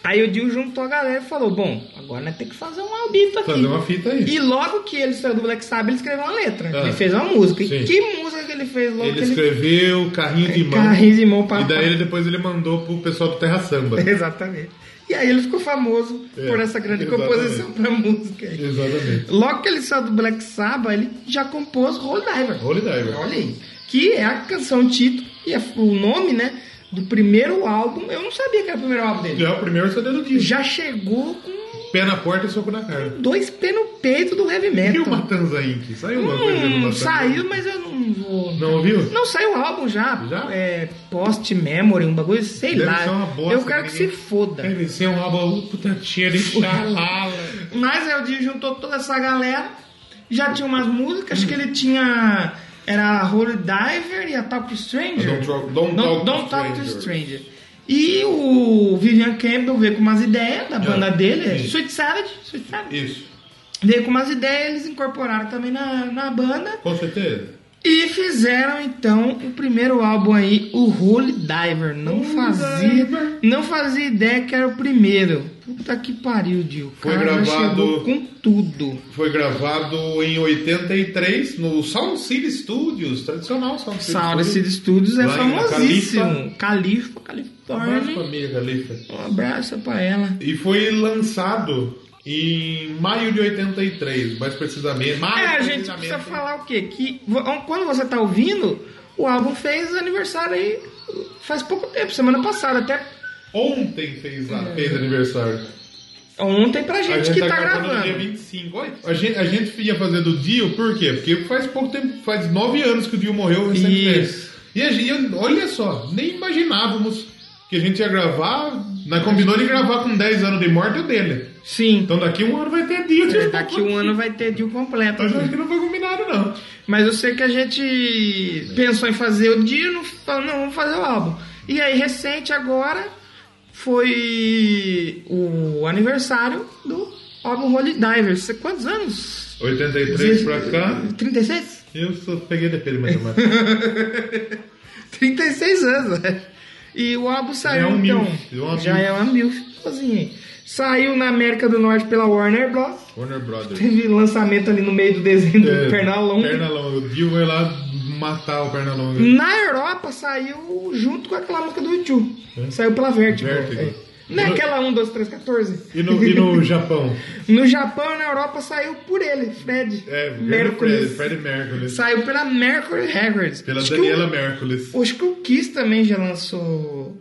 Speaker 1: Aí o Dio juntou a galera e falou, bom, agora nós temos que fazer um albito aqui.
Speaker 3: Fazer uma fita aí.
Speaker 1: E logo que ele saiu do Black Sabbath, ele escreveu uma letra.
Speaker 3: Ah.
Speaker 1: Ele fez uma música. E
Speaker 3: Sim.
Speaker 1: que música que ele fez logo
Speaker 3: Ele
Speaker 1: que ele...
Speaker 3: escreveu Carrinho de Mão.
Speaker 1: Carrinho de Mão pra-
Speaker 3: E daí ele, depois ele mandou pro pessoal do Terra Samba.
Speaker 1: Exatamente. E aí ele ficou famoso
Speaker 3: É,
Speaker 1: por essa grande
Speaker 3: exatamente.
Speaker 1: composição pra música. aí.
Speaker 3: Exatamente.
Speaker 1: Logo que ele saiu do Black Sabbath, ele já compôs Roll Diver.
Speaker 3: Holy Diver.
Speaker 1: Olha aí. Que é a canção título e é o nome, né? Do primeiro álbum. Eu não sabia que era o primeiro álbum dele.
Speaker 3: É o primeiro CD do Dio.
Speaker 1: Já chegou com
Speaker 3: Pé na porta e soco na cara.
Speaker 1: dois pés no peito do heavy
Speaker 3: E o
Speaker 1: metal.
Speaker 3: Matanza Inc? Saiu uma coisa do
Speaker 1: Hum,
Speaker 3: Matanza
Speaker 1: saiu,
Speaker 3: Inc?
Speaker 1: mas eu não vou.
Speaker 3: Não ouviu?
Speaker 1: Não saiu o álbum já.
Speaker 3: Já?
Speaker 1: É, post memory, um bagulho, sei
Speaker 3: Deve
Speaker 1: lá.
Speaker 3: ser uma bosta, né?
Speaker 1: eu quero que se
Speaker 3: ninguém-
Speaker 1: foda.
Speaker 3: Deve ser um álbum puta tia de xalala.
Speaker 1: Mas aí o Dio juntou toda essa galera. Já tinha umas músicas que ele tinha. Era a Holy Diver e a Talk to Stranger.
Speaker 3: Don't Talk- Don't Talk to Stranger.
Speaker 1: E o Vivian Campbell veio com umas ideias da banda dele, é
Speaker 3: Sim.
Speaker 1: Sweet Savage. Sweet Savage.
Speaker 3: Isso.
Speaker 1: Veio com umas ideias, eles incorporaram também na, na banda.
Speaker 3: Com certeza.
Speaker 1: E fizeram então o primeiro álbum aí, o Holy Diver. Não fazia,
Speaker 3: Diver.
Speaker 1: não fazia ideia que era o primeiro. Puta que pariu, Dio. O
Speaker 3: Foi
Speaker 1: cara
Speaker 3: gravado-
Speaker 1: chegou com tudo.
Speaker 3: Foi gravado em 83 no Sound City Studios, tradicional Sound City
Speaker 1: Sound City
Speaker 3: Studios.
Speaker 1: Studios é
Speaker 3: Lá em
Speaker 1: famosíssimo. Califa,
Speaker 3: Abraço pra
Speaker 1: Califórnia.
Speaker 3: amiga Califa.
Speaker 1: Um abraço pra ela.
Speaker 3: E foi lançado em maio de 83, mais precisamente.
Speaker 1: É,
Speaker 3: Mais
Speaker 1: a gente
Speaker 3: precisamente.
Speaker 1: precisa falar o quê? Que vo- quando você tá ouvindo, o álbum fez aniversário aí faz pouco tempo, semana passada, até
Speaker 3: Ontem fez, lá,
Speaker 1: É.
Speaker 3: fez aniversário.
Speaker 1: ontem pra gente, que tá,
Speaker 3: no
Speaker 1: gravando.
Speaker 3: dia 25. Olha, A gente, a gente ia fazer do Dio, por quê? Porque faz pouco tempo, faz nove anos que o Dio morreu recentemente.
Speaker 1: Isso.
Speaker 3: E a gente, olha só, nem imaginávamos que a gente ia gravar. Nós combinou de gravar com 10 anos de morte é dele.
Speaker 1: Sim.
Speaker 3: Então daqui um ano vai ter Dio. de
Speaker 1: É, Daqui
Speaker 3: novo.
Speaker 1: um ano vai ter Dio completo.
Speaker 3: Mas eu acho que não foi combinado, não.
Speaker 1: Mas eu sei que a gente pensou em fazer o Dio, não falou, não, vamos fazer o álbum. E aí, recente agora, foi o aniversário do álbum Holy Divers. Você- Quantos anos?
Speaker 3: 83 pra cá.
Speaker 1: 36?
Speaker 3: Eu só peguei DP de é matemática.
Speaker 1: 36 anos, né? E o álbum saiu,
Speaker 3: É um
Speaker 1: então.
Speaker 3: milf, é uma
Speaker 1: já
Speaker 3: milf.
Speaker 1: é uma milf, sozinho. hein? Saiu na América do Norte pela Warner Bros.
Speaker 3: Warner Brothers.
Speaker 1: Teve lançamento ali no meio do desenho do um Pernalonga.
Speaker 3: É, Pernalonga. O Dio vai lá matar o Pernalonga.
Speaker 1: Na Europa saiu junto com aquela música do YouTube. Saiu pela Vertigo.
Speaker 3: Vertigo.
Speaker 1: É. Não é
Speaker 3: E É. né? no-
Speaker 1: aquela 1, 2, 3, 14?
Speaker 3: E no, e no Japão?
Speaker 1: No Japão e na Europa saiu por ele, Fred.
Speaker 3: É,
Speaker 1: Mercury.
Speaker 3: Mercury. Fred é Mercury.
Speaker 1: Saiu pela Mercury Records.
Speaker 3: Pela
Speaker 1: Acho que
Speaker 3: Daniela
Speaker 1: o-
Speaker 3: Mercury.
Speaker 1: Acho que o Kiss também já lançou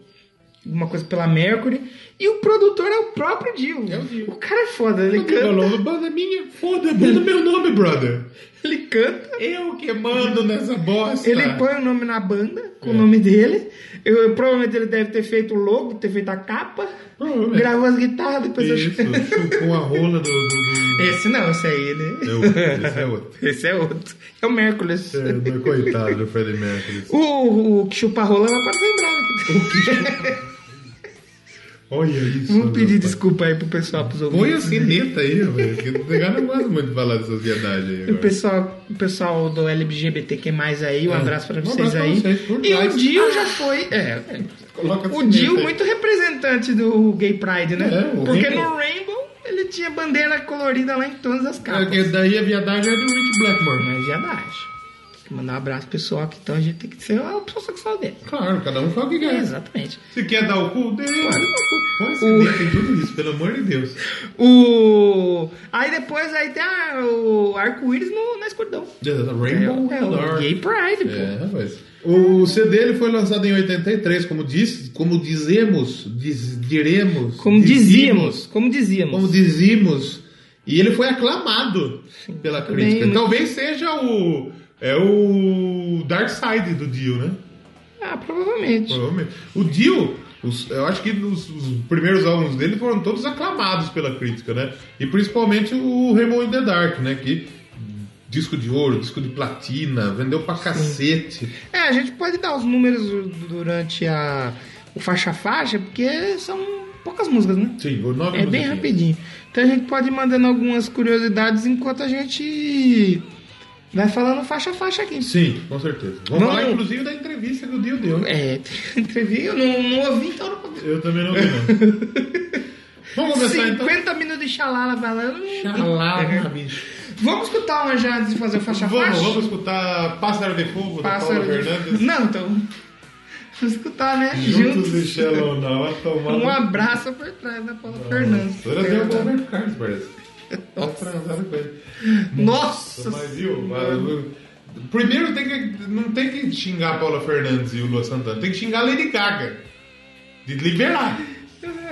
Speaker 1: alguma coisa pela Mercury. E o produtor é o próprio Dio.
Speaker 3: É o Dio.
Speaker 1: cara é foda, ele
Speaker 3: Meu
Speaker 1: canta,
Speaker 3: nome, banda é minha. Foda, manda meu nome, brother.
Speaker 1: ele canta.
Speaker 3: Eu que mando nessa bosta.
Speaker 1: Ele põe o nome na banda, com
Speaker 3: É.
Speaker 1: o nome dele. Eu, provavelmente ele deve ter feito o logo, ter feito a capa.
Speaker 3: Provavelmente.
Speaker 1: Gravou as guitarras, depois eu-
Speaker 3: Isso, chupou a rola do. do, do...
Speaker 1: Esse não, esse aí, ele.
Speaker 3: É outro, esse é outro.
Speaker 1: Esse é outro. É o Mércules.
Speaker 3: É, mas coitado do Freddie Mercury.
Speaker 1: O, o que chupa rola ela pode lembrar. né?
Speaker 3: Olha isso.
Speaker 1: Vamos pedir
Speaker 3: meu pai.
Speaker 1: desculpa aí pro pessoal, pros ouvintes.
Speaker 3: Põe a sineta aí, velho. Porque o negócio não gosta muito de falar dessas viadagens aí
Speaker 1: O
Speaker 3: agora.
Speaker 1: pessoal, o pessoal do LGBTQ+, aí, um abraço pra
Speaker 3: Um
Speaker 1: vocês
Speaker 3: abraço pra
Speaker 1: aí.
Speaker 3: vocês, por Ah!
Speaker 1: e
Speaker 3: trás.
Speaker 1: o Dio já foi... É,
Speaker 3: Coloca
Speaker 1: o
Speaker 3: sineta
Speaker 1: Dio
Speaker 3: aí.
Speaker 1: muito representante do Gay Pride, né?
Speaker 3: É, o
Speaker 1: Porque
Speaker 3: Rainbow.
Speaker 1: no Rainbow ele tinha bandeira colorida lá em todas as
Speaker 3: É,
Speaker 1: capas.
Speaker 3: porque daí a viadagem é do Rich Blackmore.
Speaker 1: Mas já acho. Tem que mandar um abraço pro pessoal que então a gente tem que ser a opção sexual dele.
Speaker 3: Claro, cada um fala o que
Speaker 1: É,
Speaker 3: quer.
Speaker 1: exatamente.
Speaker 3: Se quer dar o cu, dê. Põe a
Speaker 1: O-
Speaker 3: sineta em tudo isso, pelo amor de Deus.
Speaker 1: O... Aí depois aí tem a- o arco-íris no- na escuridão.
Speaker 3: Rainbow
Speaker 1: é, o
Speaker 3: Color.
Speaker 1: Gay Pride, pô.
Speaker 3: É, rapaz. O CD ele foi lançado em 83, como diz, como dizemos, diz, diremos,
Speaker 1: Como dizíamos, como dizíamos.
Speaker 3: como dizimos, e ele foi aclamado pela
Speaker 1: Bem,
Speaker 3: crítica.
Speaker 1: é muito.
Speaker 3: Talvez seja o é o Dark Side do Dio, né?
Speaker 1: Ah, provavelmente.
Speaker 3: Provavelmente. um O Dio, os- eu acho que os, os primeiros álbuns dele foram todos aclamados pela crítica, né? E principalmente o Rainbow in the Dark, né? Que disco de ouro, disco de platina, vendeu pra cacete.
Speaker 1: É, a gente pode dar os números durante a o faixa a faixa, porque são poucas músicas, né?
Speaker 3: Sim, o nove
Speaker 1: É bem
Speaker 3: musiquinhas.
Speaker 1: rapidinho. Então a gente pode ir mandando algumas curiosidades enquanto a gente vai falando faixa a faixa aqui.
Speaker 3: Sim, com certeza. Vamos,
Speaker 1: Vamos.
Speaker 3: falar, inclusive, da entrevista que o Dio deu. né?
Speaker 1: É, entrevista, eu não, não ouvi, então eu não posso.
Speaker 3: Eu também não vi, não. Vamos começar, então.
Speaker 1: 50 minutos de xalala falando.
Speaker 3: Xalala, bicho.
Speaker 1: Vamos escutar uma já antes de fazer o faixa a
Speaker 3: Vamos,
Speaker 1: faixa?
Speaker 3: vamos escutar Pássaro de Fogo, da
Speaker 1: Tá Pássaro
Speaker 3: Paula
Speaker 1: de-
Speaker 3: Fernandes.
Speaker 1: Não, então. Vamos escutar, né?
Speaker 3: Juntos de Shalom, não, vai tomar
Speaker 1: Um
Speaker 3: no-
Speaker 1: abraço por trás da Paula Fernandes.
Speaker 3: Ah, Agora um deu o Roberto Carlos, parece. Tá transado com ele.
Speaker 1: Nossa!
Speaker 3: Mas viu? mas- Primeiro tem que, não tem que xingar a Paula Fernandes e o Lua Santana, tem que xingar a Lady Gaga. De liberar.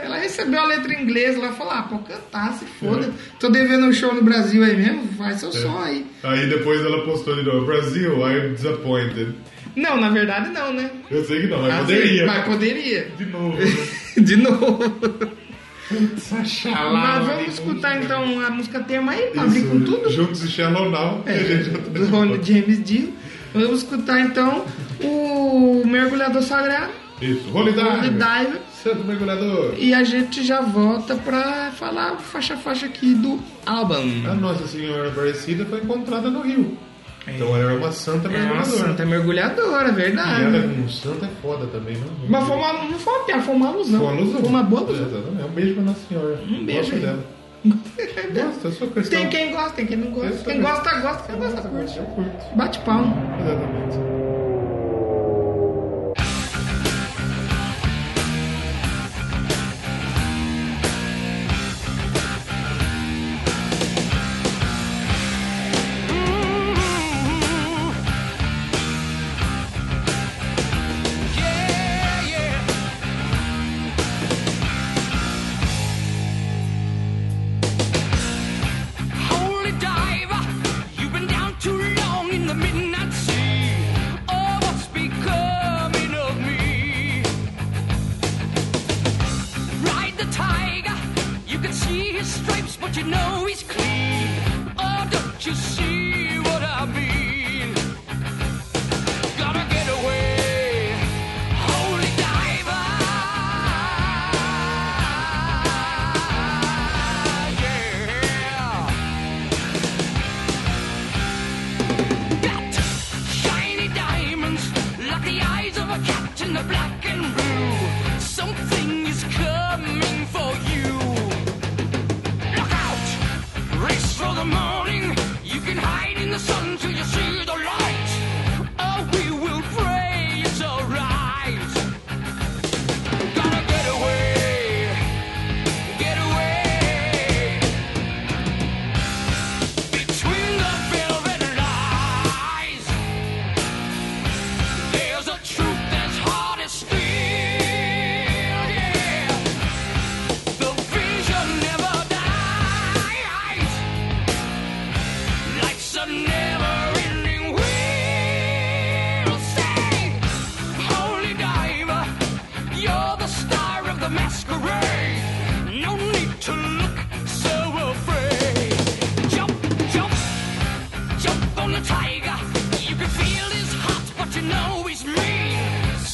Speaker 1: Ela recebeu a letra em inglês, ela falou, ah, pô, cantar, se foda. Tô devendo um show no Brasil aí mesmo, faz
Speaker 3: É.
Speaker 1: seu som aí.
Speaker 3: Aí depois ela postou de novo: Brasil, I'm disappointed.
Speaker 1: Não, na verdade não, né?
Speaker 3: Eu sei que não, mas
Speaker 1: Às
Speaker 3: poderia.
Speaker 1: vezes- Mas poderia.
Speaker 3: De novo. né?
Speaker 1: De novo.
Speaker 3: Sachalá,
Speaker 1: Mas vamos
Speaker 3: Hollywood.
Speaker 1: escutar então a música tema aí, pra abrir
Speaker 3: Isso,
Speaker 1: com tudo.
Speaker 3: Juntos e Shallow Now.
Speaker 1: É,
Speaker 3: e a gente já tá
Speaker 1: do
Speaker 3: de
Speaker 1: Ronnie
Speaker 3: volta.
Speaker 1: James Dio. Vamos escutar então o Mergulhador Sagrado,
Speaker 3: Isso, Holy
Speaker 1: o
Speaker 3: Diver.
Speaker 1: Diver.
Speaker 3: Santo Mergulhador.
Speaker 1: E a gente já volta pra falar faixa a faixa aqui do álbum.
Speaker 3: A Nossa Senhora Aparecida foi encontrada no rio. Então ela era uma santa
Speaker 1: É uma
Speaker 3: mergulhadora.
Speaker 1: santa mergulhadora, é
Speaker 3: E ela
Speaker 1: verdade.
Speaker 3: como santa é foda também, né?
Speaker 1: Mas foi uma, não foi uma piada, foi uma alusão.
Speaker 3: Foi uma alusão.
Speaker 1: Foi uma boa alusão.
Speaker 3: Exatamente. Um beijo pra Nossa Senhora.
Speaker 1: Um beijo
Speaker 3: Gosto
Speaker 1: aí.
Speaker 3: dela. Gosto, eu sou cristão.
Speaker 1: Tem quem gosta, tem quem não gosta.
Speaker 3: Eu
Speaker 1: Quem
Speaker 3: também.
Speaker 1: gosta, gosta. Quem gosta, curte.
Speaker 3: Eu curto.
Speaker 1: Bate palma.
Speaker 3: Exatamente.
Speaker 5: Holy diver, you've been down too long in the midnight sea. Oh, what's becoming of me? Ride the tiger, you can see his stripes, but you know he's clean. Oh, don't you see what I mean? Gotta get away, holy diver. Yeah. got shiny diamonds like the eyes of a cat in the black and blue. Something is coming for you. Look out! Race for the morning. You can hide in the sun till you see the light. Oh, we will pray it's alright. Gotta get away. Get away. Between the velvet lies, there's a truth that's hard as steel.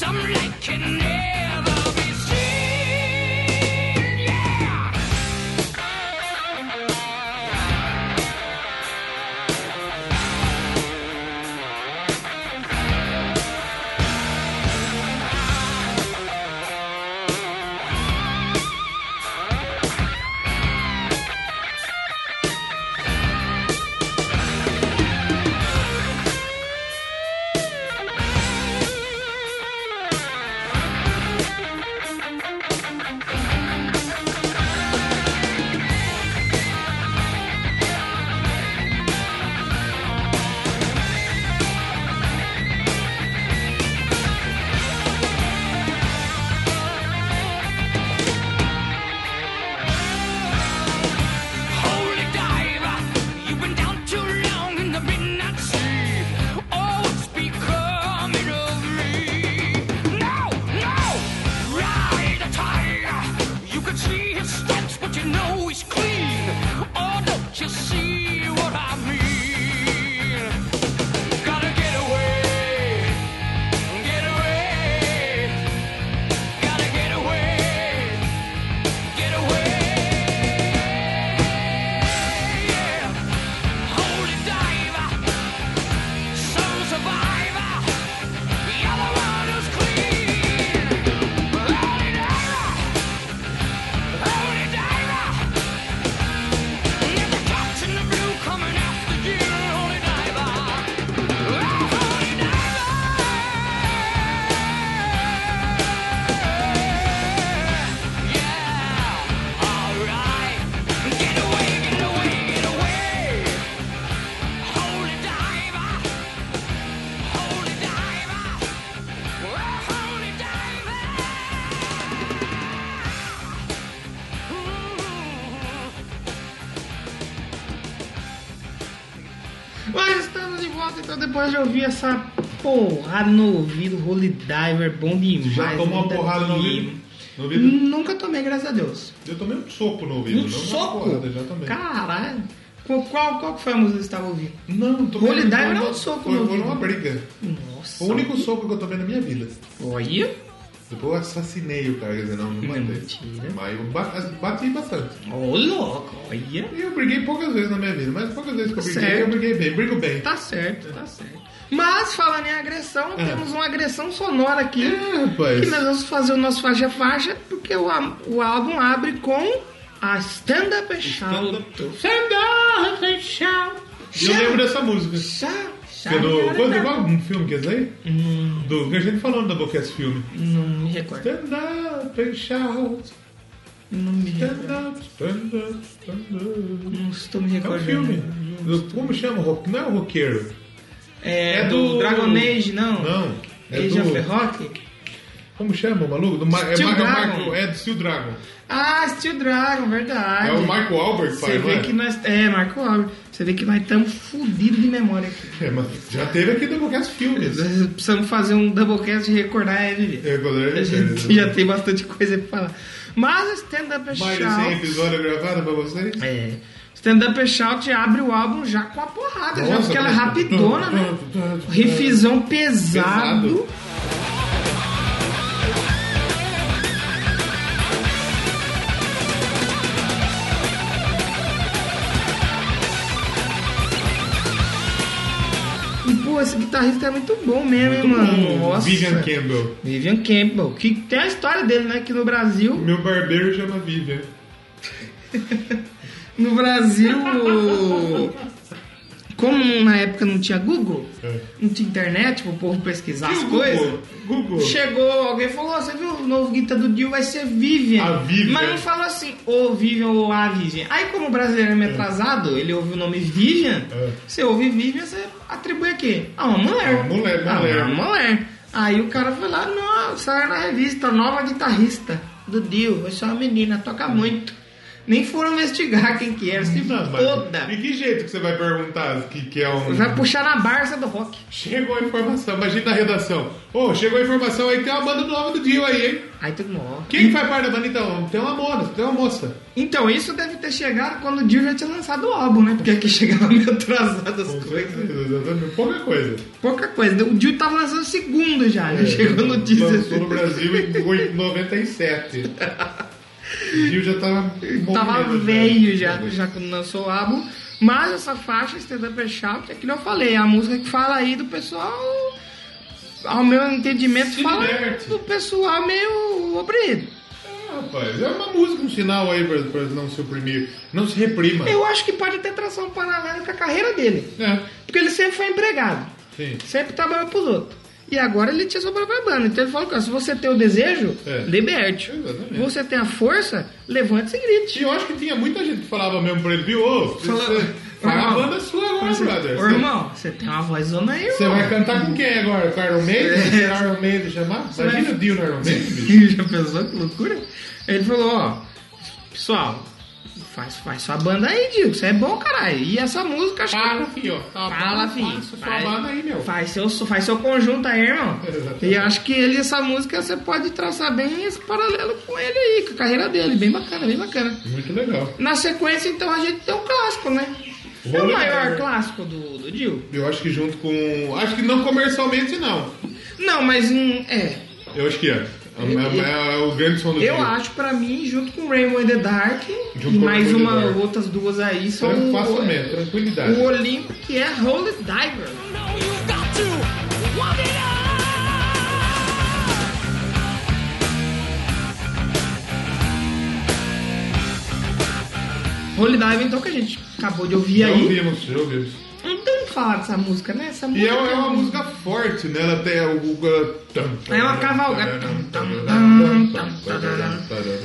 Speaker 5: like can never be seen. Yeah. Holy diver, you've been down too long in the midnight sea. Oh, what's becoming of me? No, no, ride the tiger. You can see his stripes, but you know he's clean. Oh, don't you see what I mean? Gotta get away, get away, gotta get away, get away. Holy diver, some survivor, the other one who's clean. Holy diver, holy diver, never caught in the blue coming after you. Holy diver, holy diver, yeah, alright, get away, get away, get away. Holy diver, holy diver, oh holy diver.
Speaker 1: Mas estamos de volta, então depois de ouvir essa porrada no ouvido, Holy Diver, bom demais.
Speaker 3: Já tomou uma
Speaker 1: muita
Speaker 3: porrada no
Speaker 1: vida.
Speaker 3: ouvido? No ouvido?
Speaker 1: Nunca tomei, graças a Deus.
Speaker 3: Eu tomei um soco no ouvido.
Speaker 1: Hum. Um
Speaker 3: não uma
Speaker 1: soco?
Speaker 3: porrada, já tomei.
Speaker 1: Caralho. Qual, qual, qual que foi a música que você estava ouvindo?
Speaker 3: Não, tomei.
Speaker 1: Holy diver
Speaker 3: foi-
Speaker 1: é um soco
Speaker 3: foi,
Speaker 1: no
Speaker 3: foi
Speaker 1: ouvido.
Speaker 3: numa briga.
Speaker 1: Nossa.
Speaker 3: O único soco que eu tomei na minha vida.
Speaker 1: Olha.
Speaker 3: Depois eu assassinei o cara, quer dizer, não, não matei.
Speaker 1: Mentira.
Speaker 3: Mas eu ba- bati bastante.
Speaker 1: Ô, louco. Olha.
Speaker 3: E eu briguei poucas vezes na minha vida, mas poucas vezes que eu briguei,
Speaker 1: Certo.
Speaker 3: eu briguei bem, brigo bem.
Speaker 1: Tá certo, tá certo. Mas, falando em agressão,
Speaker 3: Ah.
Speaker 1: temos uma agressão sonora aqui.
Speaker 3: É, rapaz.
Speaker 1: Ah, Que nós vamos fazer o nosso faixa-faixa, porque o, á- o álbum abre com a Stand Up and Shout.
Speaker 3: Stand
Speaker 1: Stand Up and Shout.
Speaker 3: E eu lembro dessa música.
Speaker 1: Shout,
Speaker 3: Que é
Speaker 1: shout,
Speaker 3: do. Qual,
Speaker 1: shout. Hum,
Speaker 3: qual um filme que é esse aí? Do que a gente falou no Doublecast filme.
Speaker 1: Não me recordo.
Speaker 3: Stand up and shout.
Speaker 1: Não me recordo.
Speaker 3: Stand up, stand up, stand up.
Speaker 1: Não estou me
Speaker 3: É um
Speaker 1: recordando.
Speaker 3: filme. Do- como chama o rock? Não é o roqueiro.
Speaker 1: É,
Speaker 3: É
Speaker 1: do,
Speaker 3: do-
Speaker 1: Dragon Age, não?
Speaker 3: Não. É
Speaker 1: Age of the
Speaker 3: do.
Speaker 1: Rock?
Speaker 3: Como chama o maluco? Do Ma- é,
Speaker 1: Steel
Speaker 3: Ma- é o
Speaker 1: Dragon.
Speaker 3: Michael- é do Steel Dragon.
Speaker 1: Ah, Steel Dragon, verdade.
Speaker 3: É o Michael Albert que
Speaker 1: Você
Speaker 3: faz, não
Speaker 1: vê que
Speaker 3: é?
Speaker 1: nós. É, Marco Alves. Você vê que nós estamos fodidos de memória aqui.
Speaker 3: É, mas já teve aqui Doublecast filmes.
Speaker 1: Nós Precisamos fazer um doublecast e recordar a MV.
Speaker 3: É, quando era
Speaker 1: é. A gente
Speaker 3: verdade.
Speaker 1: já tem bastante coisa pra falar. Mas o Stand Up and
Speaker 3: Mais de 100
Speaker 1: Shout.
Speaker 3: episódios gravados pra vocês?
Speaker 1: É. Stand Up and Shout abre o álbum já com a porrada, já
Speaker 3: Nossa,
Speaker 1: porque ela é
Speaker 3: mas-
Speaker 1: rapidona, né? Riffzão pesado.
Speaker 3: Pesado.
Speaker 1: E pô, esse guitarrista é muito bom mesmo, hein,
Speaker 3: Muito
Speaker 1: mano?
Speaker 3: bom,
Speaker 1: Nossa.
Speaker 3: Vivian Campbell.
Speaker 1: Vivian Campbell, um que tem a história dele, né? Que no Brasil,
Speaker 3: Meu barbeiro chama Vivian.
Speaker 1: no Brasil, o- como na época não tinha Google,
Speaker 3: É.
Speaker 1: não tinha internet pro povo pesquisar as
Speaker 3: E o
Speaker 1: coisas,
Speaker 3: Google? Google.
Speaker 1: chegou alguém e falou: "Ó, você viu o novo guitar do Dio vai ser Vivian.
Speaker 3: A Vivian.
Speaker 1: Mas não falou assim, ô Vivian ou a Vivian. Aí, como o brasileiro é meio atrasado, ele ouve o nome Vivian,
Speaker 3: É.
Speaker 1: você ouve Vivian, você atribui a quê? A uma mulher.
Speaker 3: Uma mulher,
Speaker 1: Ah,
Speaker 3: mulher.
Speaker 1: uma mulher. Aí o cara foi lá, não, saiu na revista, nova guitarrista do Dio, vai ser uma menina, toca muito. Nem foram investigar quem que era, se
Speaker 3: Hum. Não, mas
Speaker 1: foda.
Speaker 3: De que jeito que você vai perguntar o que, que é um.
Speaker 1: Vai puxar na Barça do rock.
Speaker 3: Chegou a informação, imagina na redação. Ô, chegou a informação aí que tem uma banda nova do Dio aí, hein?
Speaker 1: Aí todo mundo, ó.
Speaker 3: Quem que faz parte da banda então? Tem uma moça, tem uma moça.
Speaker 1: Então, isso deve ter chegado quando o Dio já tinha lançado o álbum, né? Porque aqui chegava meio atrasado as
Speaker 3: Com
Speaker 1: coisas.
Speaker 3: certeza, exatamente. Pouca coisa.
Speaker 1: Pouca coisa. O Dio tava lançando o segundo já, já chegou no
Speaker 3: É, Lançou no
Speaker 1: 16.
Speaker 3: Brasil em 97. O Dio já tava.
Speaker 1: Tava
Speaker 3: morrendo,
Speaker 1: velho já, já quando lançou o álbum. Mas essa faixa, Stand Up and Shout, é que eu falei, é a música que fala aí do pessoal, ao meu entendimento,
Speaker 3: Se
Speaker 1: fala
Speaker 3: diverte.
Speaker 1: do pessoal meio obreiro.
Speaker 3: Ah, Rapaz, é uma música, um sinal aí pra, pra não se oprimir. Não se reprima.
Speaker 1: Eu acho que pode ter tração paralela com a carreira dele.
Speaker 3: É,
Speaker 1: Porque ele sempre foi empregado,
Speaker 3: sim.
Speaker 1: sempre trabalhou pros outros. E agora ele tinha sobrado pra banda. Então ele falou que ó, se você tem o desejo,
Speaker 3: É.
Speaker 1: liberte.
Speaker 3: Exatamente.
Speaker 1: Você tem a força, levante e grite.
Speaker 3: E eu acho que tinha muita gente que falava mesmo pra ele, viu? Ô, você-
Speaker 1: Fala-
Speaker 3: faz a
Speaker 1: Irmão,
Speaker 3: banda sua agora,
Speaker 1: Você,
Speaker 3: brother.
Speaker 1: Ô, irmão, você tem uma voz zona aí,
Speaker 3: Você
Speaker 1: irmão.
Speaker 3: vai cantar com quem agora? Com o Iron Maiden?
Speaker 1: É.
Speaker 3: Você vai Iron Maiden chamar? Imagina
Speaker 1: vai-
Speaker 3: o Dio no Iron Maiden, bicho.
Speaker 1: Já pensou que loucura? Ele falou, ó, pessoal, faz, faz sua banda aí, Dio, você é bom, caralho. E essa música, acho
Speaker 3: Fala,
Speaker 1: que...
Speaker 3: filho. Tá
Speaker 1: Fala,
Speaker 3: bom,
Speaker 1: filho.
Speaker 3: Faz sua
Speaker 1: Faz-
Speaker 3: banda aí, meu.
Speaker 1: Faz seu, faz seu conjunto aí, irmão.
Speaker 3: Exatamente.
Speaker 1: E acho que ele, essa música, você pode traçar bem esse paralelo com ele aí, com a carreira dele. Bem bacana, bem bacana.
Speaker 3: Muito legal.
Speaker 1: Na sequência, então, a gente tem um clássico, né?
Speaker 3: Vou
Speaker 1: é o
Speaker 3: olhar,
Speaker 1: maior
Speaker 3: né?
Speaker 1: clássico do, do Dio.
Speaker 3: Eu acho que junto com... Acho que não comercialmente, não.
Speaker 1: Não, mas hum, é.
Speaker 3: Eu acho que é. É, é- é- é o grande som do
Speaker 1: Eu
Speaker 3: Dio.
Speaker 1: acho, pra mim, junto com Rainbow in the Dark,
Speaker 3: Junto
Speaker 1: e
Speaker 3: com
Speaker 1: mais
Speaker 3: Rainbow in the
Speaker 1: uma,
Speaker 3: Dark.
Speaker 1: outras duas aí, são
Speaker 3: Tran-
Speaker 1: o,
Speaker 3: Facilmente, tranquilidade.
Speaker 1: o Olimpo, que é Holy Diver.
Speaker 5: No, you've got to want it all.
Speaker 1: Holy Diver, então, que a gente acabou de ouvir
Speaker 3: Já
Speaker 1: aí.
Speaker 3: ouvimos, já ouvimos.
Speaker 1: Não tem o que falar dessa música, né? Essa
Speaker 3: E
Speaker 1: música
Speaker 3: é, é uma música forte, né? Ela tem o... o-
Speaker 1: É uma cavalgada.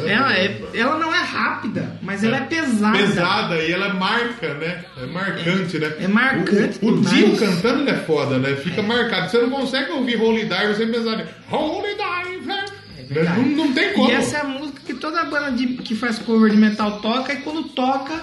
Speaker 1: Ela, é, ela não é rápida, mas ela é pesada.
Speaker 3: pesada e ela marca, né? É marcante, né?
Speaker 1: É marcante
Speaker 3: O, o, o
Speaker 1: demais.
Speaker 3: Dio cantando ele é foda, né? Fica marcado. Você não consegue ouvir Holy Diver sem pensar em Holy Diver. né?
Speaker 1: É verdade.
Speaker 3: não, não tem como.
Speaker 1: E essa é a música que toda banda de- que faz cover de metal toca, e quando toca,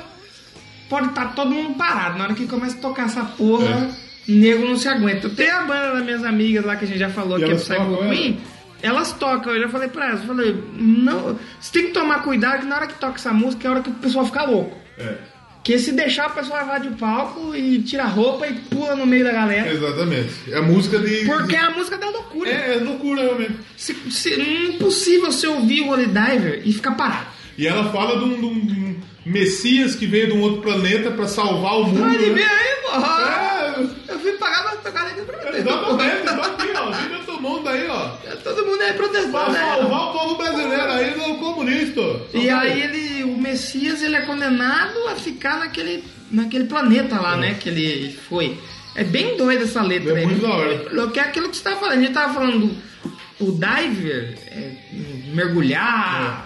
Speaker 1: pode estar todo mundo parado. Na hora que começa a tocar essa
Speaker 3: É.
Speaker 1: porra, nego não se aguenta. Tem a banda das minhas amigas lá que a gente já falou,
Speaker 3: E
Speaker 1: que é
Speaker 3: elas
Speaker 1: Psycho
Speaker 3: tocam ela?
Speaker 1: Queen. Elas tocam, eu já falei pra elas, eu falei, não, você tem que tomar cuidado que na hora que toca essa música é a hora que o pessoal fica louco.
Speaker 3: É,
Speaker 1: Que se deixar a pessoa invade o palco e tira a roupa e pula no meio da galera.
Speaker 3: exatamente. É a música de.
Speaker 1: Porque é a música da loucura.
Speaker 3: É, é loucura realmente.
Speaker 1: Se, se- é impossível você ouvir o Holy Diver e ficar parado.
Speaker 3: E ela fala de um, de um- de um Messias que veio de um outro planeta pra salvar o mundo.
Speaker 1: Pode
Speaker 3: né?
Speaker 1: ver aí, porra!
Speaker 3: É,
Speaker 1: Eu vim pagar pra tocar aqui pra mim.
Speaker 3: exatamente. Tá aqui, ó. Vive outro mundo aí, ó.
Speaker 1: Todo mundo é
Speaker 3: Pra
Speaker 1: protestante. né?
Speaker 3: salvar o povo brasileiro aí do comunista. tá
Speaker 1: E
Speaker 3: Então, é.
Speaker 1: aí ele, o Messias, ele é condenado a ficar naquele, naquele planeta lá, né? Que ele foi. É bem doida essa letra.
Speaker 3: É
Speaker 1: né?
Speaker 3: muito da hora.
Speaker 1: louco. Que é aquilo que você tá falando. A gente tava falando do- o diver, é, mergulhar.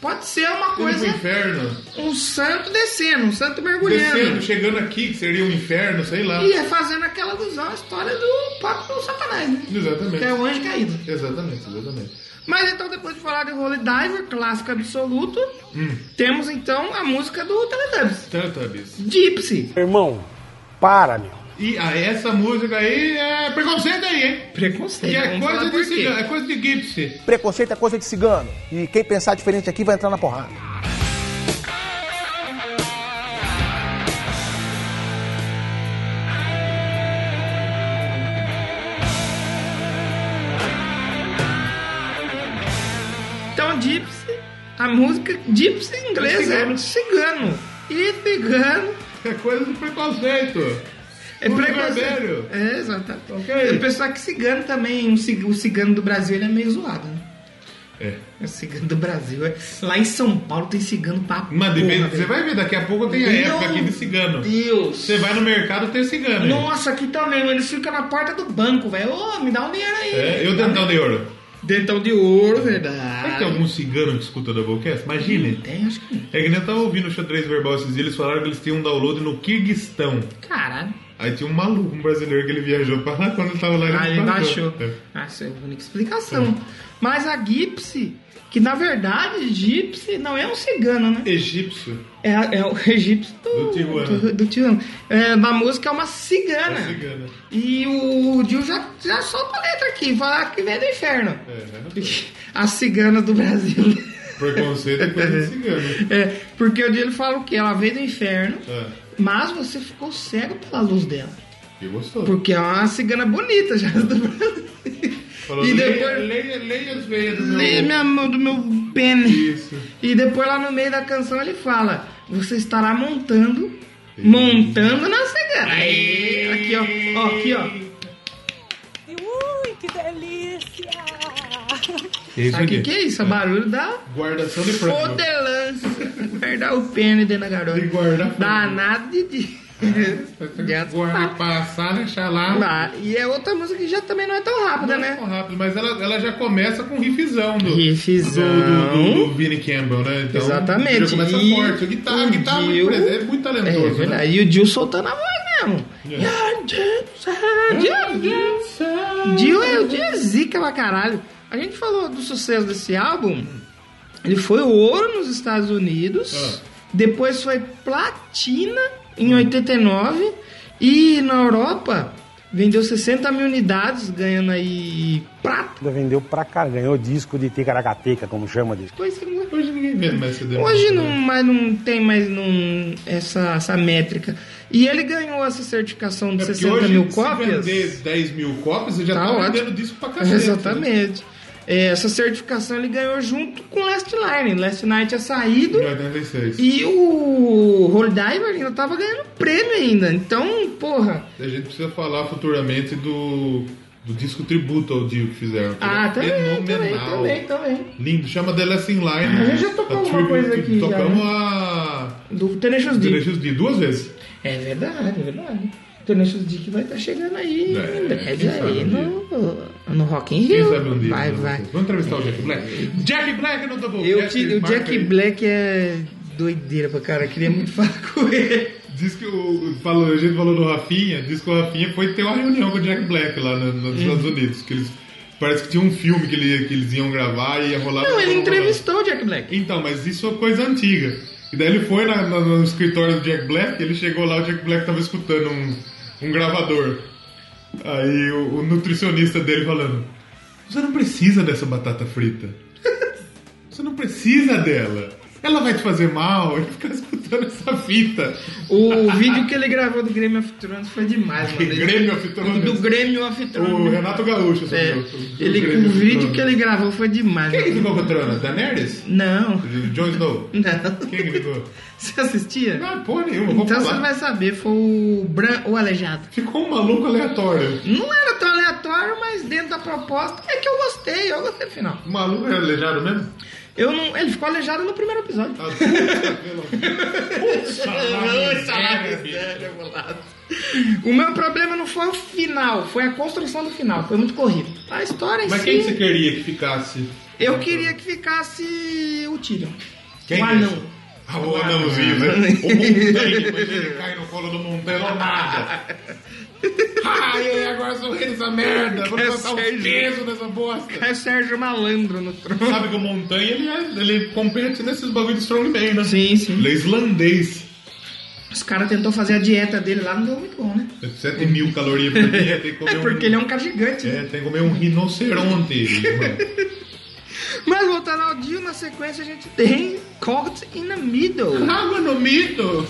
Speaker 1: Pode ser uma
Speaker 3: Indo pro
Speaker 1: coisa,
Speaker 3: É. inferno.
Speaker 1: um santo descendo, um santo mergulhando.
Speaker 3: Descendo, chegando aqui, que seria um inferno, sei lá.
Speaker 1: E é fazendo aquela alusão à história do pacto do Satanás, né?
Speaker 3: Exatamente.
Speaker 1: Que é o anjo caído.
Speaker 3: Exatamente, exatamente.
Speaker 1: Mas então, depois de falar de Holy Diver, clássico absoluto,
Speaker 3: Hum.
Speaker 1: temos então a música do Teletubbies.
Speaker 3: Teletubbies.
Speaker 1: Gypsy.
Speaker 2: Irmão, para, meu.
Speaker 3: E ah, essa música aí é preconceito aí, hein?
Speaker 1: Preconceito.
Speaker 3: E é
Speaker 1: vamos
Speaker 3: coisa
Speaker 1: falar por
Speaker 3: de
Speaker 1: quê.
Speaker 3: cigano, é coisa de Gipsy.
Speaker 6: Preconceito é coisa de cigano. E quem pensar diferente aqui vai entrar na porrada.
Speaker 1: Então, Gypsy, a música Gypsy em inglês é
Speaker 3: Cigano.
Speaker 1: cigano. E cigano
Speaker 3: É coisa de preconceito.
Speaker 1: é
Speaker 3: Tudo
Speaker 1: preconceito.
Speaker 3: vermelho.
Speaker 1: É, exatamente.
Speaker 3: Ok.
Speaker 1: O pessoal que cigano também, um cig- o cigano do Brasil, ele é meio zoado, né?
Speaker 3: É.
Speaker 1: O cigano do Brasil. é- Lá em São Paulo tem cigano pra
Speaker 3: Mas
Speaker 1: porra,
Speaker 3: depende- você
Speaker 1: velho.
Speaker 3: vai ver, daqui a pouco tem a
Speaker 1: Meu
Speaker 3: época aqui de cigano.
Speaker 1: Deus.
Speaker 3: Você vai no mercado tem cigano. aí.
Speaker 1: Nossa, aqui também, mano. Eles ficam na porta do banco, velho. Ô, me dá um dinheiro aí.
Speaker 3: É, eu dentão de ouro.
Speaker 1: Dentão de ouro, verdade. Hum,
Speaker 3: Será que um tem algum cigano que escuta Doublecast? Imagine.
Speaker 1: Tem, acho que não.
Speaker 3: É que nem eu tava ouvindo o xadrez verbal esses dias, eles falaram que eles têm um download no Kirguistão.
Speaker 1: Caralho.
Speaker 3: Aí tinha um maluco, um brasileiro que ele viajou pra lá quando ele tava lá. Ele
Speaker 1: Ah, ele
Speaker 3: não
Speaker 1: baixou.
Speaker 3: É.
Speaker 1: Ah, Essa é a única explicação. Mas a Gipsy, que na verdade Gipsy não é um cigano, né?
Speaker 3: Egípcio.
Speaker 1: É, a- é o egípcio do,
Speaker 3: Do Tijuana.
Speaker 1: do- do Tijuana. É, da música é uma cigana.
Speaker 3: É cigana.
Speaker 1: E o Dil já, já solta a letra aqui, fala que vem do inferno.
Speaker 3: É, né?
Speaker 1: As ciganas do Brasil.
Speaker 3: Preconceito é coisa de cigano.
Speaker 1: É, porque o Dil ele fala o quê? Ela veio do inferno,
Speaker 3: É.
Speaker 1: mas você ficou cego pela luz dela.
Speaker 3: E gostou.
Speaker 1: Porque é uma cigana bonita já do Brasil.
Speaker 3: Falou, assim,
Speaker 1: e depois.
Speaker 3: leia, leia, leia as veias do meu...
Speaker 1: Lê minha mão do meu pene.
Speaker 3: Isso.
Speaker 1: E depois lá no meio da canção ele fala: Você estará montando, montando na cigana. Aí, aqui ó, ó, aqui ó.
Speaker 7: Ui, que delícia!
Speaker 3: E é isso
Speaker 1: Sabe o que,
Speaker 3: aqui.
Speaker 1: que é isso? É barulho da
Speaker 3: Guardação de prancha.
Speaker 1: fodelança. Guardar o pene dentro da garota.
Speaker 3: E guardar fogo.
Speaker 1: Danado de dia.
Speaker 3: Guarda, passar, deixar lá.
Speaker 1: Ah, e é outra música que já também não é tão rápida,
Speaker 3: Não é
Speaker 1: né?
Speaker 3: tão rápido, mas ela, ela já começa com riffzão do,
Speaker 1: Riffzão.
Speaker 3: do, do, do Vinnie Campbell, né? Então,
Speaker 1: Exatamente.
Speaker 3: Já começa
Speaker 1: E
Speaker 3: forte. A guitarra, a guitarra é muito,
Speaker 1: Gil-
Speaker 3: presen- é muito
Speaker 1: É,
Speaker 3: talentoso. né? É.
Speaker 1: verdade. E o Jill soltando a voz mesmo. Jill, Dio é o Dio é zica pra caralho. A gente falou do sucesso desse álbum. Ele foi ouro nos Estados
Speaker 3: Ah.
Speaker 1: Unidos. Depois foi platina em 89. E na Europa vendeu 60 mil unidades, ganhando aí prata.
Speaker 2: Ainda vendeu pra cá, ganhou disco de ticaracateca, como chama disso.
Speaker 1: Coisa que
Speaker 3: Hoje ninguém vê mais CD.
Speaker 1: Hoje não,
Speaker 3: né?
Speaker 1: mas não tem mais não, essa, essa métrica. E ele ganhou essa certificação de
Speaker 3: É porque
Speaker 1: 60
Speaker 3: hoje,
Speaker 1: mil
Speaker 3: se
Speaker 1: cópias.
Speaker 3: vender 10 mil cópias, você já
Speaker 1: Tá
Speaker 3: tá,
Speaker 1: ótimo.
Speaker 3: vendendo disco pra cacete. né?
Speaker 1: Exatamente. É, essa certificação ele ganhou junto com Last Line. Last Night tinha saído
Speaker 3: Em 86.
Speaker 1: e o Holiday ainda tava ganhando prêmio ainda. Então, porra.
Speaker 3: A gente precisa falar futuramente do, do disco tributo ao Dio que fizeram. que
Speaker 1: Ah,
Speaker 3: é
Speaker 1: também, também,
Speaker 3: fenomenal.
Speaker 1: também, também.
Speaker 3: Lindo, chama The Last in Line.
Speaker 1: A gente já tocou alguma
Speaker 3: tribute-
Speaker 1: coisa aqui já,
Speaker 3: Tocamos
Speaker 1: né?
Speaker 3: a.
Speaker 1: Do Tenacious D.
Speaker 3: Delicious D duas vezes.
Speaker 1: É verdade, é verdade. Tenacious D que vai estar chegando aí
Speaker 3: É,
Speaker 1: em breve
Speaker 3: quem sabe
Speaker 1: aí
Speaker 3: um
Speaker 1: no, no Rock in
Speaker 3: Quem
Speaker 1: Rio.
Speaker 3: sabe um dia.
Speaker 1: vai,
Speaker 3: né?
Speaker 1: vai.
Speaker 3: Vamos entrevistar o Jack Black. Jack Black no Double
Speaker 1: Eu
Speaker 3: Jack,
Speaker 1: te- o
Speaker 3: marca
Speaker 1: Jack
Speaker 3: aí.
Speaker 1: Black é doideira pra cara, eu queria muito falar com ele.
Speaker 3: Diz que o. Falou, a gente falou do Rafinha, diz que o Rafinha foi ter uma reunião com o Jack Black lá no- nos Estados
Speaker 1: Uhum.
Speaker 3: Unidos. Que eles, parece que tinha um filme que, ele- que eles iam gravar e ia rolar.
Speaker 1: Não, ele
Speaker 3: rolou.
Speaker 1: entrevistou o Jack Black.
Speaker 3: Então, mas isso é coisa antiga. E daí ele foi na- na- no escritório do Jack Black, ele chegou lá, o Jack Black tava escutando um, um gravador. Aí o, o nutricionista dele falando: Você não precisa dessa batata frita. Você não precisa dela. Ela vai te fazer mal. Ele fica escutando essa fita.
Speaker 1: O vídeo que ele gravou do Grêmio of Thrones foi demais, mano. Ele-
Speaker 3: Grêmio of Thrones.
Speaker 1: Do Grêmio of Thrones.
Speaker 3: O Renato Gaúcho,
Speaker 1: É,
Speaker 3: sobre o- o
Speaker 1: ele,
Speaker 3: Grêmio
Speaker 1: o
Speaker 3: of
Speaker 1: vídeo
Speaker 3: Thrones.
Speaker 1: que ele gravou foi demais.
Speaker 3: Quem é que
Speaker 1: mano.
Speaker 3: ficou com o Tronos? Da Nerds?
Speaker 1: Não,
Speaker 3: Jon Snow?
Speaker 1: não.
Speaker 3: Quem é que ficou?
Speaker 1: Você assistia?
Speaker 3: Ah, porra nenhuma. vou
Speaker 1: Então
Speaker 3: falar.
Speaker 1: você vai saber, foi o Bran, o Aleijado.
Speaker 3: Ficou um maluco aleatório.
Speaker 1: Não era tão aleatório, mas dentro da proposta é que eu gostei, eu gostei do final.
Speaker 3: O Um maluco era aleijado mesmo?
Speaker 1: Eu não, ele ficou aleijado no primeiro episódio.
Speaker 3: Ah, pelo-
Speaker 1: O meu problema não foi o final, foi a construção do final. Foi muito corrido. A história em
Speaker 3: Mas
Speaker 1: si,
Speaker 3: quem que você queria que ficasse?
Speaker 1: eu queria que ficasse o Tyrion.
Speaker 3: Quem
Speaker 1: o Um
Speaker 3: é
Speaker 1: anão. Um
Speaker 3: esse? Ah, o anãozinho, né? O Montaigne, mas ele cai no colo do Montaigne, ou nada. Ai, agora sou rei dessa merda. Vou
Speaker 1: É
Speaker 3: levantar
Speaker 1: Sérgio.
Speaker 3: um peso nessa bosta.
Speaker 1: É o Sérgio Malandro no trono.
Speaker 3: Sabe que o Montanha ele, é- ele compete nesses bagulho de strongman, né?
Speaker 1: Sim, sim.
Speaker 3: Ele é islandês.
Speaker 1: Os caras tentou fazer a dieta dele lá, não deu muito bom, né?
Speaker 3: 7 mil calorias por dia, tem que comer
Speaker 1: É porque
Speaker 3: um...
Speaker 1: ele é um cara gigante. né?
Speaker 3: É, tem que comer um rinoceronte, irmão.
Speaker 1: Mas voltando ao Dio, na sequência a gente tem Caught in the Middle.
Speaker 3: Água no mito!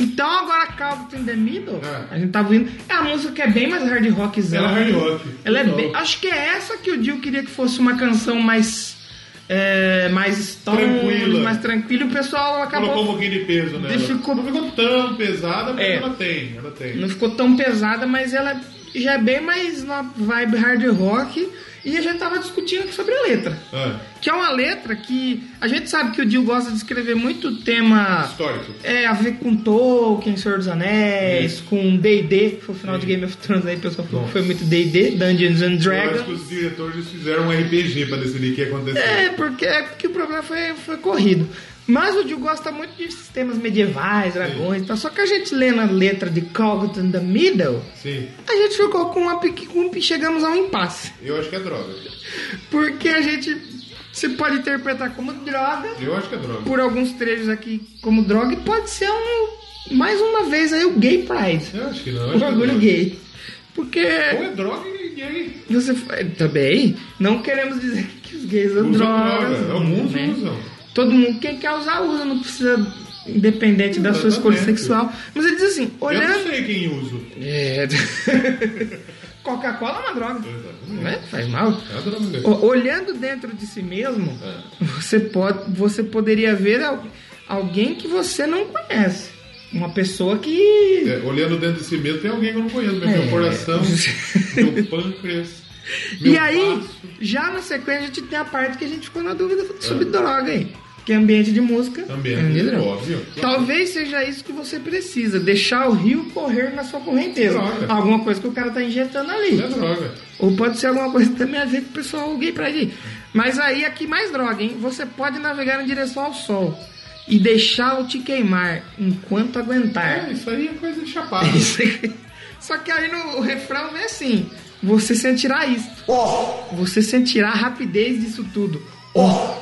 Speaker 1: Então agora Caught in the Middle,
Speaker 3: É.
Speaker 1: a gente tava ouvindo. É a música que é bem mais hard rockzão.
Speaker 3: Ela é hard rock.
Speaker 1: Ela é
Speaker 3: Total.
Speaker 1: bem- acho que é essa que o Dio queria que fosse uma canção mais. é, mais stone,
Speaker 3: Tranquila.
Speaker 1: mais tranquila. E o pessoal acabou.
Speaker 3: Colocou um pouquinho de peso nela.
Speaker 1: Ele ficou-
Speaker 3: Não ficou tão pesada, mas
Speaker 1: É.
Speaker 3: ela tem, ela tem.
Speaker 1: Não ficou tão pesada, mas ela é já é bem mais na vibe hard rock. E a gente tava discutindo aqui sobre a letra.
Speaker 3: Ah,
Speaker 1: Que é uma letra que a gente sabe que o Dio gosta de escrever muito tema
Speaker 3: histórico.
Speaker 1: é, a ver com Tolkien, Senhor dos Anéis,
Speaker 3: Isso.
Speaker 1: com D&D, que foi o final de Game of Thrones aí, o pessoal falou que foi muito D&D, Dungeons and
Speaker 3: Eu acho
Speaker 1: Dragons.
Speaker 3: que os diretores fizeram um RPG pra decidir o que ia acontecer.
Speaker 1: É, porque, é porque o problema foi, foi corrido. Mas o Dio gosta muito de sistemas medievais, dragões e tal. Só que a gente lendo a letra de Cogged in the Middle,
Speaker 3: Sim,
Speaker 1: a gente ficou com uma pequ- com- chegamos a um impasse.
Speaker 3: eu acho que é droga.
Speaker 1: Porque a gente se pode interpretar como droga,
Speaker 3: Eu acho que é droga.
Speaker 1: por alguns trechos aqui como droga, e pode ser um, mais uma vez aí o gay pride.
Speaker 3: Eu acho que não. eu acho
Speaker 1: O
Speaker 3: que é
Speaker 1: orgulho
Speaker 3: droga.
Speaker 1: um gay. Porque
Speaker 3: Ou é droga e gay.
Speaker 1: você eh, também não queremos dizer que os gays são
Speaker 3: Usa
Speaker 1: drogas.
Speaker 3: É o mundo
Speaker 1: né?
Speaker 3: de ilusão.
Speaker 1: Todo mundo, quem quer usar, usa, não precisa, independente da sua escolha
Speaker 3: Exatamente.
Speaker 1: sexual. Mas ele diz assim,
Speaker 3: Eu não
Speaker 1: olhando.
Speaker 3: sei quem usa.
Speaker 1: É. Coca-Cola é uma droga,
Speaker 3: Exatamente.
Speaker 1: né? Faz mal.
Speaker 3: É a droga. gay.
Speaker 1: O- Olhando dentro de si mesmo,
Speaker 3: É.
Speaker 1: você, pode, você poderia ver al- alguém que você não conhece. Uma pessoa que.
Speaker 3: É, olhando dentro de si mesmo, tem alguém que eu não conheço. mas
Speaker 1: É.
Speaker 3: Meu coração, meu pâncreas.
Speaker 1: E
Speaker 3: meu
Speaker 1: aí,
Speaker 3: baço.
Speaker 1: já na sequência, a gente tem a parte que a gente ficou na dúvida sobre droga aí. Que é ambiente de música.
Speaker 3: Ambiente,
Speaker 1: é de droga.
Speaker 3: óbvio.
Speaker 1: Talvez seja isso que você precisa, deixar o rio correr na sua correnteza.
Speaker 3: Droga.
Speaker 1: Alguma coisa que o cara tá injetando ali.
Speaker 3: É droga.
Speaker 1: Ou pode ser alguma coisa também a ver com o pessoal gay pra ali. Mas aí aqui mais droga, hein? Você pode navegar em direção ao sol e deixá-lo te queimar enquanto aguentar.
Speaker 3: É, isso aí é coisa de chapado.
Speaker 1: Isso aqui. Só que aí no o refrão vem assim: você sentirá isto. Você sentirá a rapidez disso tudo. Ó.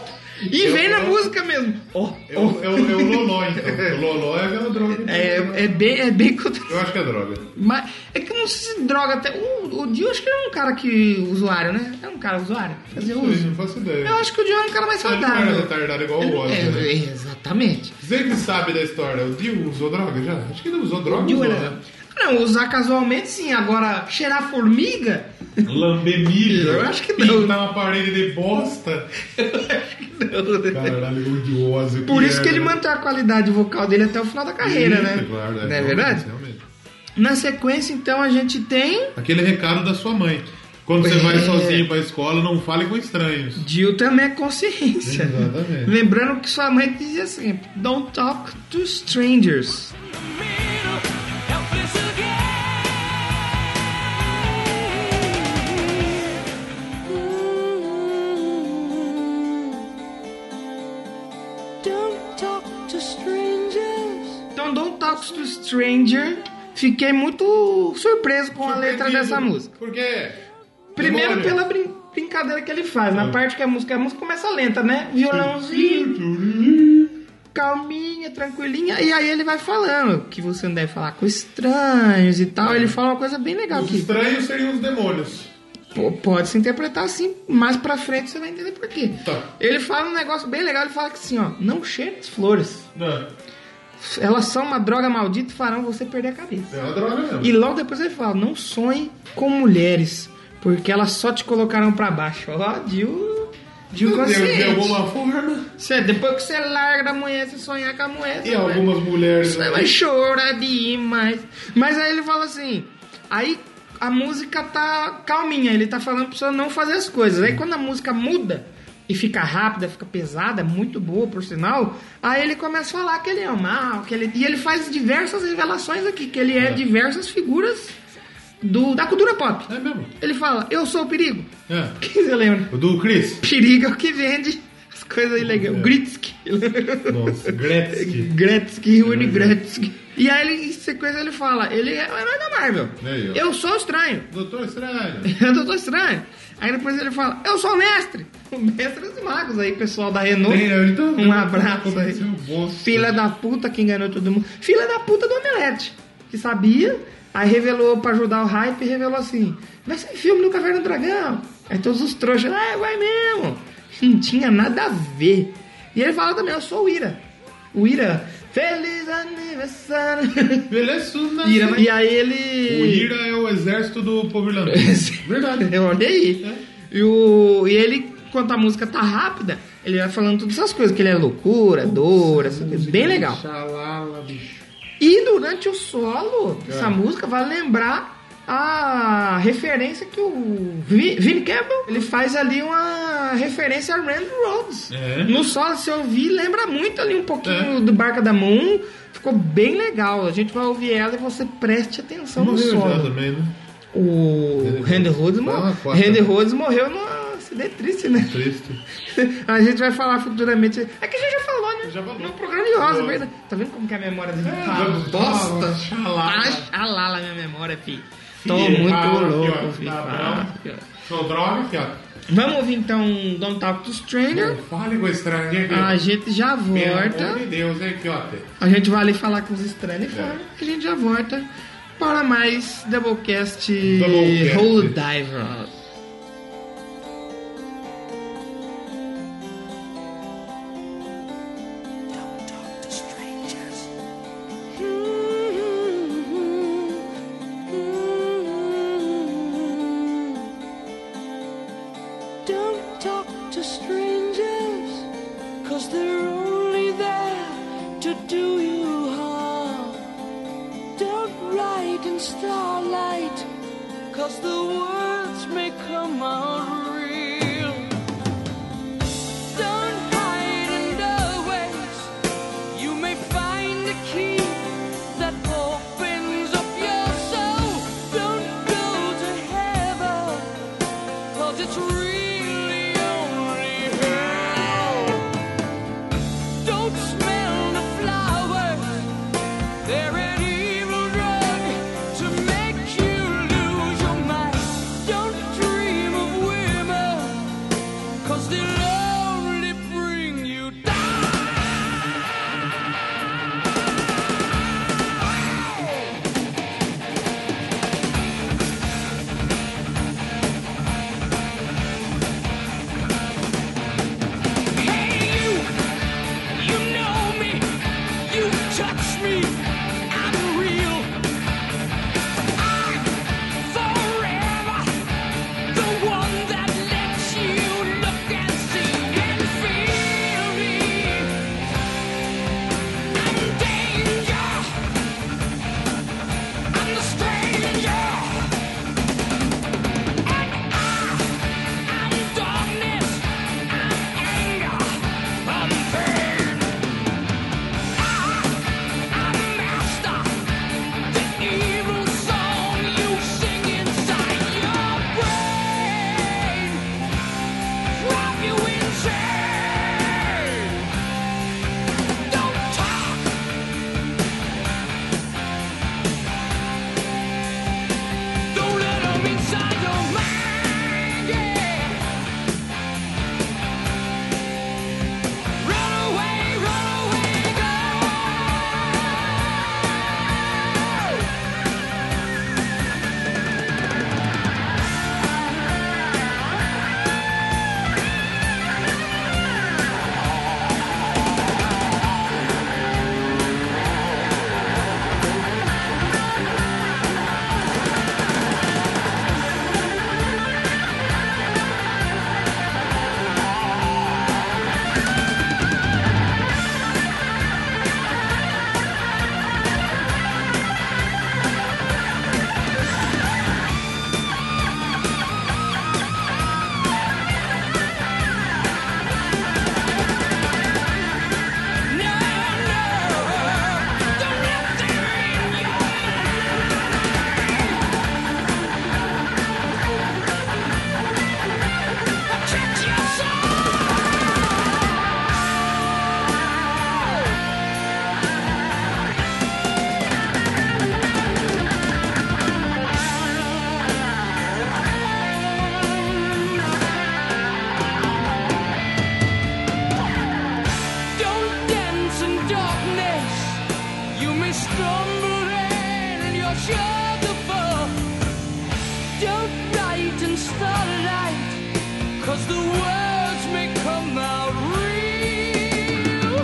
Speaker 1: E vem na música mesmo. Ó.
Speaker 3: É o, é o, é o loló, então. O loló é a droga.
Speaker 1: É, é bem, é bem contra-
Speaker 3: Eu acho que é droga.
Speaker 1: Mas é que não se droga até. O, o Dio acho que é um cara que. usuário, né? É um cara usuário. Fazer
Speaker 3: Não sei,
Speaker 1: uso.
Speaker 3: não faço ideia.
Speaker 1: Eu acho que o Dio é um cara mais
Speaker 3: Ele não era
Speaker 1: saudável.
Speaker 3: retardado igual
Speaker 1: Ele-
Speaker 3: o Ozzy,
Speaker 1: é,
Speaker 3: né?
Speaker 1: é, Exatamente.
Speaker 3: Você que sabe da história, o Dio usou droga já? Acho que ele usou droga,
Speaker 1: Dio
Speaker 3: usou,
Speaker 1: era-
Speaker 3: né?
Speaker 1: Não, usar casualmente sim. Agora, cheirar formiga?
Speaker 3: Lamber milho.
Speaker 1: é. Eu acho que não.
Speaker 3: Pintar uma parede de bosta.
Speaker 1: Não, né?
Speaker 3: Caralho, odioso.
Speaker 1: Por isso que ele mantém a qualidade vocal dele até o final da carreira, né?
Speaker 3: Claro,
Speaker 1: Não
Speaker 3: né?
Speaker 1: é
Speaker 3: realmente,
Speaker 1: verdade?
Speaker 3: realmente.
Speaker 1: Na sequência, então, a gente tem
Speaker 3: Aquele recado da sua mãe. Quando você
Speaker 1: É.
Speaker 3: vai sozinho pra escola, não fale com estranhos.
Speaker 1: Jill também é consciência.
Speaker 3: Exatamente.
Speaker 1: Lembrando que sua mãe dizia sempre: Don't talk to strangers.
Speaker 7: Don't talk to strangers.
Speaker 1: Então, Don't talk to stranger. Fiquei muito surpreso com a letra dessa música.
Speaker 3: Por quê?
Speaker 1: Primeiro
Speaker 3: Olha.
Speaker 1: pela brin- brincadeira que ele faz. Na parte que a música, a música começa lenta, né? Violãozinho, calminha, tranquilinha. E aí ele vai falando que você não deve falar com estranhos e tal. Ele fala uma coisa bem legal
Speaker 3: Os
Speaker 1: aqui.
Speaker 3: estranhos seriam os demônios.
Speaker 1: Pô, Pode se interpretar assim, mais pra frente você vai entender por quê.
Speaker 3: Tá.
Speaker 1: Ele fala um negócio bem legal, ele fala que assim, ó, não cheire as flores.
Speaker 3: Não,
Speaker 1: Elas são uma droga maldita e farão você perder a cabeça.
Speaker 3: é uma droga mesmo.
Speaker 1: E logo depois ele fala, não sonhe com mulheres, porque elas só te colocarão pra baixo. Ó, Dil. Dil
Speaker 3: de, de
Speaker 1: consciente.
Speaker 3: alguma forma.
Speaker 1: Cê- Depois que você larga da mulher, você sonhar com a mulher.
Speaker 3: E
Speaker 1: você vai-
Speaker 3: algumas mulheres.
Speaker 1: você vai chorar demais. Mas aí ele fala assim. Aí a música tá calminha, ele tá falando pra pessoa não fazer as coisas. Aí quando a música muda e fica rápida, fica pesada, muito boa por sinal, aí ele começa a falar que ele é o mal, que ele. E ele faz diversas revelações aqui, que ele é, diversas figuras do, da cultura pop.
Speaker 3: É mesmo?
Speaker 1: Ele fala, eu sou o perigo.
Speaker 3: É.
Speaker 1: Quem você lembra?
Speaker 3: O do Chris?
Speaker 1: Perigo é o que vende as coisas ilegais.
Speaker 3: É.
Speaker 1: O Gritsky.
Speaker 3: Nossa, Gretzky. é.
Speaker 1: Gretzky, Rune Gretzky. E aí, ele, em sequência, ele fala: ele é o herói da Marvel.
Speaker 3: Aí, ó.
Speaker 1: Eu sou o estranho.
Speaker 3: Doutor Estranho.
Speaker 1: Eu doutor estranho. Aí depois ele fala: eu sou o mestre. O mestre dos magos aí, pessoal da Renault.
Speaker 3: Tem, eu tô-
Speaker 1: um abraço
Speaker 3: Como
Speaker 1: aí.
Speaker 3: seu tá bosta.
Speaker 1: Filha da puta que enganou todo mundo. Filha da puta do Omelete. Que sabia, aí revelou pra ajudar o hype e revelou assim: vai ser filme do Caverna do Dragão. Aí todos os trouxas, ah, vai mesmo. Não tinha nada a ver. E ele fala também: eu sou o Ira. O Ira, feliz aniversário.
Speaker 3: Beleza, né?
Speaker 1: Ira, e aí
Speaker 3: O
Speaker 1: ele.
Speaker 3: Ira é o exército do povo irlandês.
Speaker 1: Esse-
Speaker 3: Verdade. É.
Speaker 1: Eu olhei. E, o, e ele, enquanto a música tá rápida, ele vai falando todas essas coisas, que ele é loucura, doura, essas coisas. Bem legal.
Speaker 3: é Xalala, bicho. É.
Speaker 1: E durante o solo, essa música vai lembrar a referência que o Vi- Vini Campbell ele faz ali uma referência a Randy Rhodes.
Speaker 3: É.
Speaker 1: No solo, se eu vi, lembra muito ali um pouquinho
Speaker 3: É.
Speaker 1: do Barca da Moon. Ficou bem legal. A gente vai ouvir ela e você preste atenção no
Speaker 3: Morreu já
Speaker 1: solo.
Speaker 3: também, né?
Speaker 1: O Randy Rhodes,
Speaker 3: Foi
Speaker 1: mor...
Speaker 3: uma né? quarta.
Speaker 1: Randy Rhodes morreu numa acidente triste, né?
Speaker 3: Triste.
Speaker 1: A gente vai falar futuramente. É que a gente já falou, né?
Speaker 3: Já falou.
Speaker 1: No programa de Rosa,
Speaker 3: Falou.
Speaker 1: verdade. Tá vendo como que a memória dele
Speaker 3: É,
Speaker 1: tá
Speaker 3: eu-
Speaker 1: bosta?
Speaker 3: Xalala.
Speaker 1: Ah, Xalala a minha memória, fi.
Speaker 3: Fi,
Speaker 1: Tô
Speaker 3: ah,
Speaker 1: muito
Speaker 3: aqui, ó,
Speaker 1: louco, fi.
Speaker 3: tá
Speaker 1: Ah,
Speaker 3: bom. Sou droga aqui, ó.
Speaker 1: Vamos ouvir então Don't Talk to Stranger.
Speaker 3: Não Fale com estranho aqui.
Speaker 1: A gente já
Speaker 3: Pelo amor
Speaker 1: volta.
Speaker 3: de Deus, hein, Kyoto?
Speaker 1: A gente vai ali falar com os estranhos e
Speaker 3: É.
Speaker 1: fora. que A gente já volta para mais Doublecast,
Speaker 3: Doublecast.
Speaker 1: Hole Diver.
Speaker 7: Mm-hmm. Don't talk to strangers, cause they're only there to do you harm. Don't write in starlight, cause the words may come out real. Don't hide in doorways, you may find a key that opens up your soul. Don't go to heaven. Cause it's really only hell. Don't smell the flowers. They're an evil drug to make you lose your mind. Don't dream of women. Cause they'll only bring you down.
Speaker 5: Hey you, you know me, you touch me, I'm real. I'm forever the one that lets you look and see and feel me. I'm danger, I'm the stranger, and I, I'm darkness, I'm anger, I'm pain. I, I'm master, the evil song you sing inside your brain, drive you insane. Don't talk. Don't let 'em inside your mind, yeah. Run away, run away, go. No, no, don't let them in your mind. Protect your soul. Don't dance in darkness. You may stumble and you're sure to fall. Don't write in starlight, cause the words may come out real.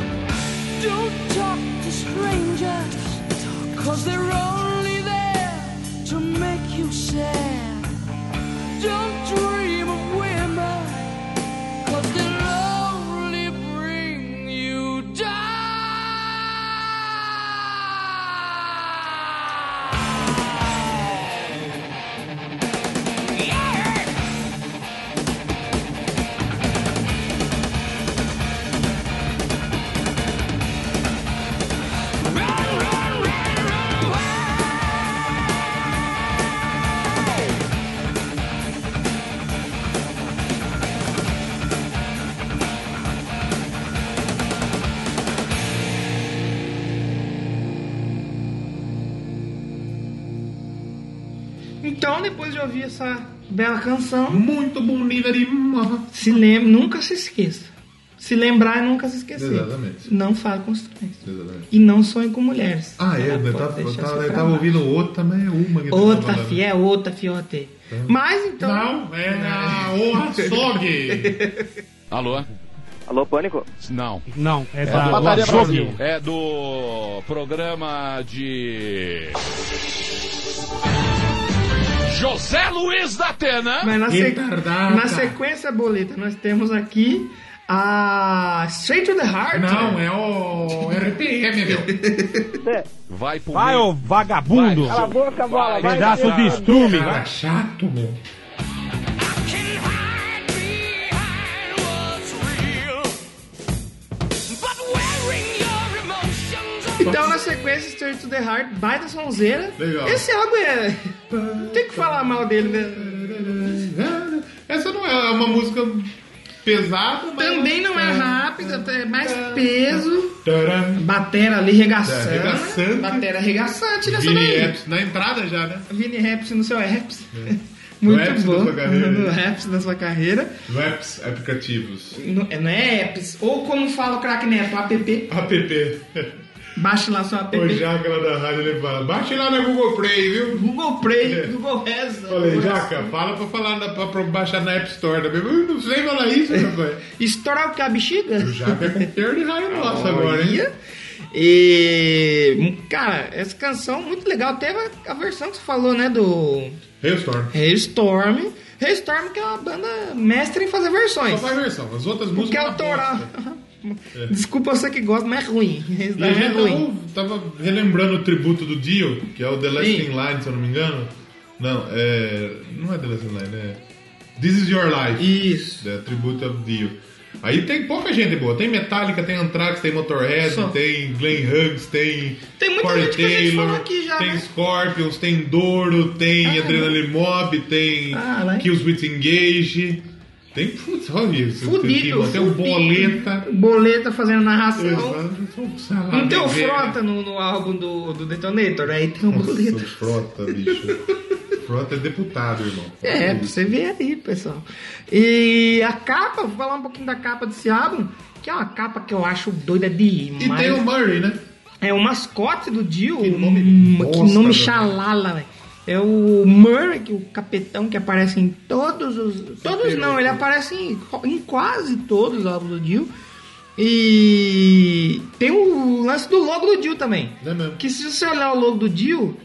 Speaker 5: Don't talk to strangers, cause they're only there to make you sad. Don't dream of women. Cause they'll only bring you down.
Speaker 1: Então, depois de ouvir essa bela canção,
Speaker 3: Muito bonita de.
Speaker 1: se lembre, nunca se esqueça. Se lembrar é nunca se esquecer.
Speaker 3: Exatamente.
Speaker 1: Não fale com estranhos.
Speaker 3: Exatamente.
Speaker 1: E não sonhe com mulheres.
Speaker 3: Ah, é,
Speaker 1: Ela
Speaker 3: eu
Speaker 1: pode
Speaker 3: tava, eu
Speaker 1: deixar
Speaker 3: tava-
Speaker 1: você
Speaker 3: eu
Speaker 1: pra
Speaker 3: tava
Speaker 1: lá.
Speaker 3: ouvindo outra, mas é uma que eu tava
Speaker 1: Outra
Speaker 3: falando. Tá.
Speaker 1: fi, é outra fiote. Mas então.
Speaker 3: Não, é a O açougue.
Speaker 8: Alô?
Speaker 9: Alô, Pânico?
Speaker 8: Não.
Speaker 10: Não, é
Speaker 2: Tá,
Speaker 10: da
Speaker 6: Padaria Brasil.
Speaker 8: É do programa de. José Luiz da Atena.
Speaker 1: Mas na, se-
Speaker 3: Retardada.
Speaker 1: É. na sequência, Boleta, nós temos aqui a Straight to the Heart.
Speaker 3: Não, é o RPM, meu.
Speaker 1: É.
Speaker 8: Vai pro.
Speaker 10: Vai,
Speaker 8: meio.
Speaker 10: ô vagabundo!
Speaker 8: Vai, seu-
Speaker 9: boca, bola, vai,
Speaker 10: Pedaço de estrume!
Speaker 3: Cara Tá chato, meu.
Speaker 5: can hide behind what's real. But wearing your emotions on
Speaker 1: Então, na sequência, Straight to the Heart, baita sonzeira.
Speaker 3: Legal.
Speaker 1: Esse álbum é. Não tem que falar mal dele, né?
Speaker 3: Essa não é uma música pesada, mas...
Speaker 1: Também não é rápida, é mais peso.
Speaker 3: Taran.
Speaker 1: Batera ali regaçando.
Speaker 3: É, arregaçando.
Speaker 1: Batera regaçante nessa
Speaker 3: Vini
Speaker 1: daí.
Speaker 3: Apps na entrada já, né?
Speaker 1: Vini Raps no seu Raps.
Speaker 3: É. No
Speaker 1: Muito
Speaker 3: apps da
Speaker 1: bom.
Speaker 3: sua carreira.
Speaker 1: No Raps da sua carreira.
Speaker 3: Apps, aplicativos.
Speaker 1: No- é, Não é apps. Ou como fala o crack neto, app.
Speaker 3: App.
Speaker 1: Baixe lá seu app.
Speaker 3: O Jaca lá da rádio, ele fala, baixe lá na Google Play, viu?
Speaker 1: Google Play, Google Reza.
Speaker 3: É. Falei,
Speaker 1: Google
Speaker 3: Jaca, fala pra, falar na, pra, pra baixar na App Store também. Eu não sei falar isso, rapaz.
Speaker 1: Estourar o que a bexiga?
Speaker 3: O Jaca é companheiro de rádio nossa agora, hein?
Speaker 1: Olha. E. Cara, essa canção é muito legal. Teve a- a versão que você falou, né? Do
Speaker 3: Restore.
Speaker 1: Hailstorm. Hailstorm, que é uma banda mestre em fazer
Speaker 3: Só
Speaker 1: versões.
Speaker 3: faz versão. As outras
Speaker 1: Porque é
Speaker 3: músicas. uma
Speaker 1: autoral.
Speaker 3: bosta. É.
Speaker 1: Desculpa você que gosta, mas é ruim.
Speaker 3: E a
Speaker 1: Hailstorm é ruim.
Speaker 3: gente tava, tava relembrando o tributo do Dio, que é o The Last
Speaker 1: Sim.
Speaker 3: In Line, se eu não me engano. Não, é. Não é The Last In Line, é. This Is Your Life.
Speaker 1: Isso.
Speaker 3: É, tributo ao Dio. Aí tem pouca gente boa. Tem Metallica, tem Anthrax, tem Motorhead,
Speaker 1: Só.
Speaker 3: tem Glenn Hughes, tem.
Speaker 1: Tem muita
Speaker 3: Corey
Speaker 1: gente que a gente falou aqui já,
Speaker 3: Tem
Speaker 1: né?
Speaker 3: Scorpions, tem Douro, tem
Speaker 1: Ah,
Speaker 3: Adrenaline Mob, tem
Speaker 1: Ah, vai.
Speaker 3: Kills with Engage. Tem. Putz, olha isso.
Speaker 1: Fudido.
Speaker 3: Tem
Speaker 1: fudido.
Speaker 3: o um Boleta.
Speaker 1: Boleta fazendo narração. Não tem o
Speaker 3: frota
Speaker 1: Frota no, no álbum do, do Detonator, aí tem o
Speaker 3: Nossa, o
Speaker 1: Boleta.
Speaker 3: Frota, bicho. Frota é deputado, irmão.
Speaker 1: É, pra você ver aí, pessoal. E a capa, vou falar um pouquinho da capa desse álbum, que é uma capa que eu acho doida de
Speaker 3: E
Speaker 1: demais.
Speaker 3: tem o Murray, né?
Speaker 1: É o mascote do Dio. Que
Speaker 3: nome bosta,
Speaker 1: que nome
Speaker 3: velho.
Speaker 1: xalala, velho. É o Murray, que é o capetão que aparece em todos os. Todos não, ele aparece em, em quase todos os álbuns do Dio. E tem o lance do logo do Dio também.
Speaker 3: Não é mesmo?
Speaker 1: Que se você olhar o logo do Dio,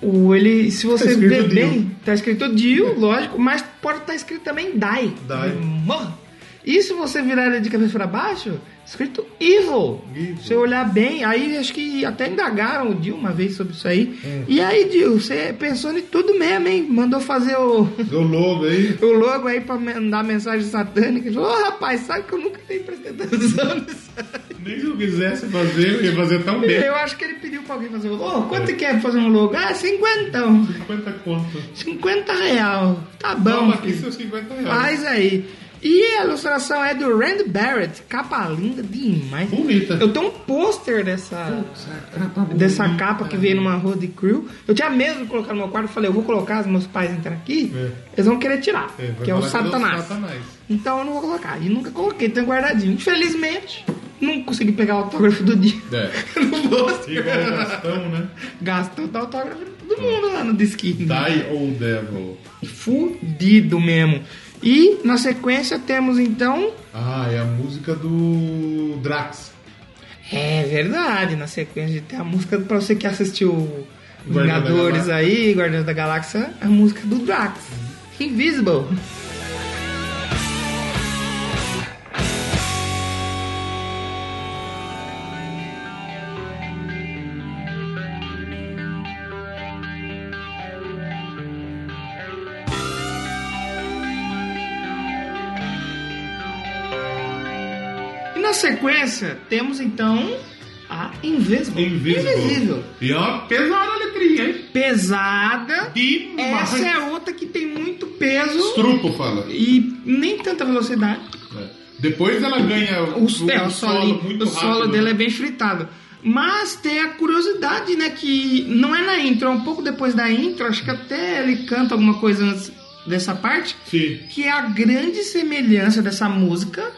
Speaker 1: o ele, se você
Speaker 3: Tá escrito
Speaker 1: ver
Speaker 3: Dio.
Speaker 1: bem, tá escrito Dio, lógico, mas pode estar escrito também Die.
Speaker 3: Die.
Speaker 1: Morra. E se você virar ele de cabeça pra baixo, escrito Evil.
Speaker 3: Evil.
Speaker 1: Se você olhar bem, aí acho que até indagaram o Dio uma vez sobre isso aí. E aí, Dio, você pensou em tudo mesmo, hein? Mandou fazer o,
Speaker 3: O logo aí.
Speaker 1: o logo aí pra mandar mensagem satânica. Ele Falou, ô rapaz, sabe que eu nunca tenho prestado atenção nisso aí."
Speaker 3: Nem se eu quisesse fazer, eu ia fazer tão bem.
Speaker 1: Eu acho que ele pediu pra alguém fazer o logo. Ô, quanto que é pra fazer um logo? Ah, 50.
Speaker 3: 50 conto.
Speaker 1: 50 real. Tá bom,
Speaker 3: Toma aqui
Speaker 1: filho.
Speaker 3: seus 50 é reais.
Speaker 1: Faz aí. E a ilustração é do Randy Barrett. Capa linda demais.
Speaker 3: Bonita.
Speaker 1: Eu tenho um pôster dessa, dessa capa que veio numa road crew. Eu tinha mesmo colocado no meu quarto. Falei, eu vou colocar, os meus pais entram aqui.
Speaker 3: É.
Speaker 1: Eles vão querer tirar,
Speaker 3: É, vai
Speaker 1: que é o
Speaker 3: falar que é o
Speaker 1: satanás.
Speaker 3: Satanás.
Speaker 1: Então eu não vou colocar. E nunca coloquei, tenho guardadinho. Infelizmente, não consegui pegar o autógrafo do dia.
Speaker 3: É.
Speaker 1: no pôster.
Speaker 3: Igual o Gastão, né?
Speaker 1: Gastou o autógrafo de todo mundo lá no disquinho.
Speaker 3: Die ou Devil.
Speaker 1: Fudido mesmo. E na sequência temos então.
Speaker 3: Ah, é a música do Drax.
Speaker 1: É verdade, na sequência tem a música pra você que assistiu
Speaker 3: Guardiões da
Speaker 1: Vingadores
Speaker 3: Galáxia.
Speaker 1: aí, Guardiões da Galáxia, a música do Drax. Invisible. E na sequência temos então a Invisible.
Speaker 3: Invisível. E é uma pesada letrinha, hein?
Speaker 1: Pesada.
Speaker 3: Demais.
Speaker 1: Essa é outra que tem muito peso
Speaker 3: Estrupo, fala.
Speaker 1: e nem tanta velocidade.
Speaker 3: É. Depois ela ganha
Speaker 1: O,
Speaker 3: o,
Speaker 1: é, o
Speaker 3: solo
Speaker 1: solo,
Speaker 3: muito
Speaker 1: o solo
Speaker 3: rápido,
Speaker 1: dele
Speaker 3: né?
Speaker 1: é bem fritado. Mas tem a curiosidade, né? Que não é na intro, é um pouco depois da intro, acho que até ele canta alguma coisa antes dessa parte.
Speaker 3: Sim.
Speaker 1: Que é a grande semelhança dessa música,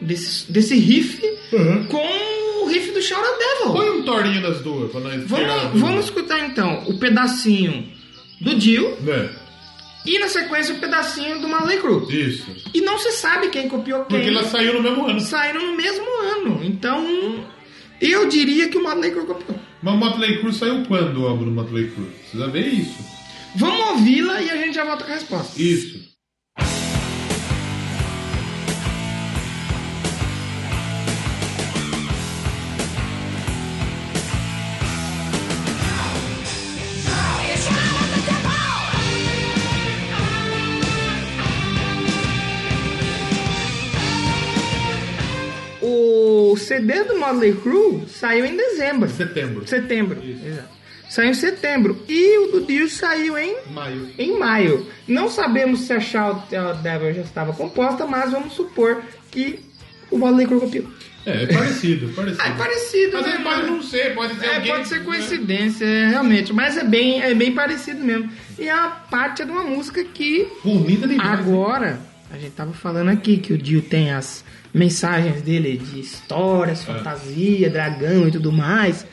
Speaker 1: desse, desse riff,
Speaker 3: Uhum.
Speaker 1: com o riff do Shout Out Devil.
Speaker 3: Põe um torninho das duas pra nós pegar as
Speaker 1: Vamos,
Speaker 3: duas.
Speaker 1: vamos escutar então o pedacinho do Dio
Speaker 3: É,
Speaker 1: e na sequência o pedacinho do Marley Crew.
Speaker 3: isso.
Speaker 1: E não se sabe quem copiou quem.
Speaker 3: Porque ela saiu no mesmo ano.
Speaker 1: Saíram no mesmo ano. Então, eu diria que o Marley Crew copiou.
Speaker 3: Mas o Motley Crue saiu quando o álbum do Motley Crue? Precisa ver isso.
Speaker 1: Vamos ouvi-la e a gente já volta com a resposta.
Speaker 3: Isso.
Speaker 1: O CD do Motley Crue saiu em dezembro.
Speaker 3: Setembro.
Speaker 1: Setembro. Exato. Saiu em setembro. E o do Dio saiu em,
Speaker 3: Maio.
Speaker 1: em maio. Não sabemos se a Shout Out Devil já estava composta, mas vamos supor que o Motley Crue copiou.
Speaker 3: É, é parecido, parecido.
Speaker 1: Ah, é parecido,
Speaker 3: Mas
Speaker 1: né?
Speaker 3: aí pode não ser, pode ser
Speaker 1: É,
Speaker 3: alguém.
Speaker 1: pode ser
Speaker 3: né?
Speaker 1: coincidência, é, realmente. Mas é bem, é bem parecido mesmo. E é uma parte de uma música que
Speaker 3: Bonita demais.
Speaker 1: Agora, a gente tava falando aqui que o Dio tem as mensagens dele de
Speaker 3: É.
Speaker 1: histórias, fantasia, dragão e tudo mais.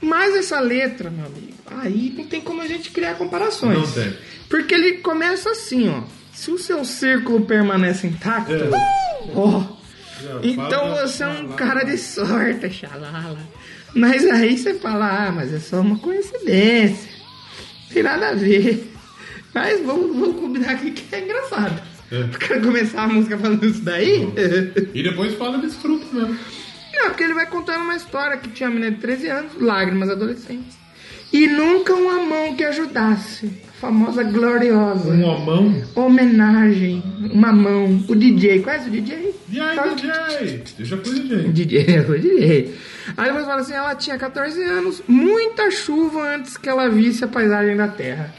Speaker 1: Mas essa letra, meu amigo, aí não tem como a gente criar comparações.
Speaker 3: Não tem.
Speaker 1: Porque ele começa assim, ó. Se o seu círculo permanece intacto,
Speaker 3: É.
Speaker 1: ó, então
Speaker 3: fala-
Speaker 1: você é um cara de sorte, xalala. Mas aí você fala, ah, mas é só uma coincidência. Tem nada a ver. Mas vamos, vamos combinar aqui que é engraçado.
Speaker 3: É.
Speaker 1: O cara começar a música falando isso daí.
Speaker 3: E depois fala desse truque mesmo.
Speaker 1: Não, porque ele vai contando uma história que tinha uma menina de 13 anos, lágrimas adolescentes. E nunca uma mão que ajudasse. A famosa gloriosa.
Speaker 3: Com a mão.
Speaker 1: Homenagem. Uma mão. O DJ. Conhece o DJ?
Speaker 3: E aí, tá
Speaker 1: Sabe?
Speaker 3: DJ? Deixa com o DJ.
Speaker 1: DJ, eu direi. Aí depois fala assim, ela tinha 14 anos, muita chuva antes que ela visse a paisagem da terra.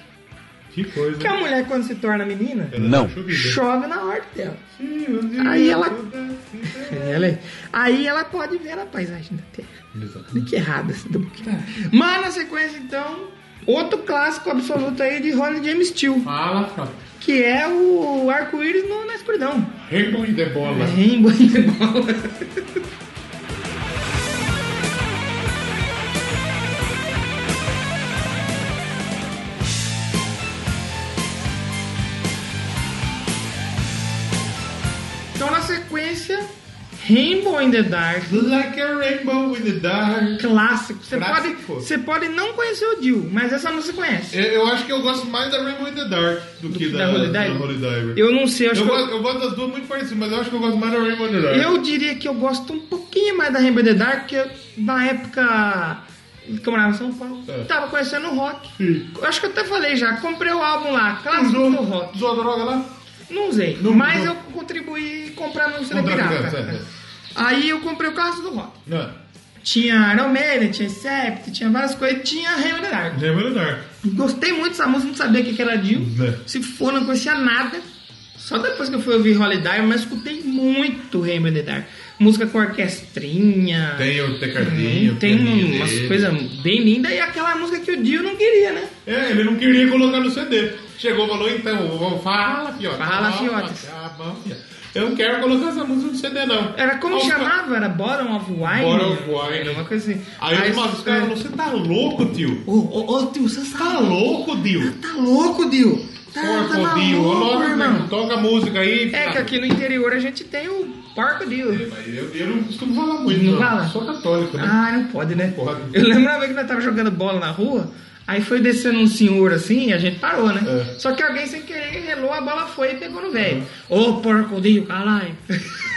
Speaker 3: Que coisa.
Speaker 1: Porque a mulher quando se torna menina,
Speaker 3: Ela
Speaker 2: Não.
Speaker 3: achou que-
Speaker 1: chove na horta dela. Aí
Speaker 3: Aí
Speaker 1: ela- Ela- é- Aí ela pode ver a paisagem da terra. Olha Que errado esse duplo. Mas na sequência então, outro clássico absoluto aí de Ronald James Steele,
Speaker 3: Fala, fala.
Speaker 1: que é o arco-íris no- na escuridão.
Speaker 3: Rainbow in the bola.
Speaker 1: Rainbow in the Ball. Então, na sequência, Rainbow in the Dark.
Speaker 3: Like a rainbow in the dark.
Speaker 1: Clássico. Você pode,
Speaker 3: Clássico.
Speaker 1: você pode não conhecer o Dio, mas essa não se conhece.
Speaker 3: Eu, eu acho que eu gosto mais da Rainbow in the Dark do, que da,
Speaker 1: da Holy
Speaker 3: da
Speaker 1: Diver?
Speaker 3: Holy Diver.
Speaker 1: Eu não sei,
Speaker 3: Eu
Speaker 1: acho que eu-
Speaker 3: gosto, eu gosto das duas muito parecidas, mas eu acho que eu gosto mais da Rainbow in the Dark.
Speaker 1: Eu diria que eu gosto um pouquinho mais da Rainbow in the Dark, porque na época que eu morava em São Paulo,
Speaker 3: É.
Speaker 1: tava conhecendo o rock.
Speaker 3: Sim.
Speaker 1: Eu Acho que eu até falei já, comprei o álbum lá, clássico
Speaker 3: Usou,
Speaker 1: do rock.
Speaker 3: usou a droga lá?
Speaker 1: Não usei,
Speaker 3: Não
Speaker 1: mas
Speaker 3: usou.
Speaker 1: eu contribuí comprando um CD
Speaker 3: Comprando,
Speaker 1: pirata.
Speaker 3: é, é.
Speaker 1: Aí eu comprei o clássico do rock.
Speaker 3: Não.
Speaker 1: Tinha Iron Maiden, tinha Sept, tinha várias coisas, tinha Rainbow in the Dark.
Speaker 3: Rainbow in the Dark.
Speaker 1: Gostei muito dessa música, não sabia o que que era Dio.
Speaker 3: É.
Speaker 1: Se for, não conhecia nada. Só depois que eu fui ouvir Holiday, mas escutei muito Rainbow in the Dark. Música com orquestrinha.
Speaker 3: Tem o
Speaker 1: Hum,
Speaker 3: tecardinho. o
Speaker 1: tem
Speaker 3: pianinho
Speaker 1: umas
Speaker 3: dele.
Speaker 1: coisas bem lindas e aquela música que o Dio não queria, né?
Speaker 3: É, ele não queria colocar no CD. Chegou e falou, então, vou- fala, fiota.
Speaker 1: Fala,
Speaker 3: fiota.
Speaker 1: fiotes.
Speaker 3: Calma, fiota. Eu não quero colocar essa música no CD, não.
Speaker 1: Era como
Speaker 3: Aí os ca-
Speaker 1: chamava? Era Bottom of Wine?
Speaker 3: Bottom of Wine.
Speaker 1: Era uma coisa assim.
Speaker 3: Aí os malucos
Speaker 1: os
Speaker 3: caras falaram, você tá louco, tio?
Speaker 1: Ô, ô, ô, tio, você
Speaker 3: Tá
Speaker 1: tá louco?
Speaker 3: louco, tio?
Speaker 1: Tá louco, Dio? Tá, tá
Speaker 3: Porco, tio. Ô,
Speaker 1: maluco,
Speaker 3: louco,
Speaker 1: irmão.
Speaker 3: tio. Toca a música aí. tá?
Speaker 1: É que aqui no interior a gente tem o Porco Dio.
Speaker 3: Mas Eu, eu não costumo falar muito,
Speaker 1: Não
Speaker 3: não.
Speaker 1: fala?
Speaker 3: Eu Sou católico, né?
Speaker 1: Ah, não pode, né?
Speaker 3: Não pode.
Speaker 1: Eu lembro uma vez que nós tava jogando bola na rua, aí foi descendo um senhor assim, e a gente parou, né?
Speaker 3: É.
Speaker 1: Só que alguém sem querer relou, a bola foi e pegou no velho. Ô, porco Dio, caralho.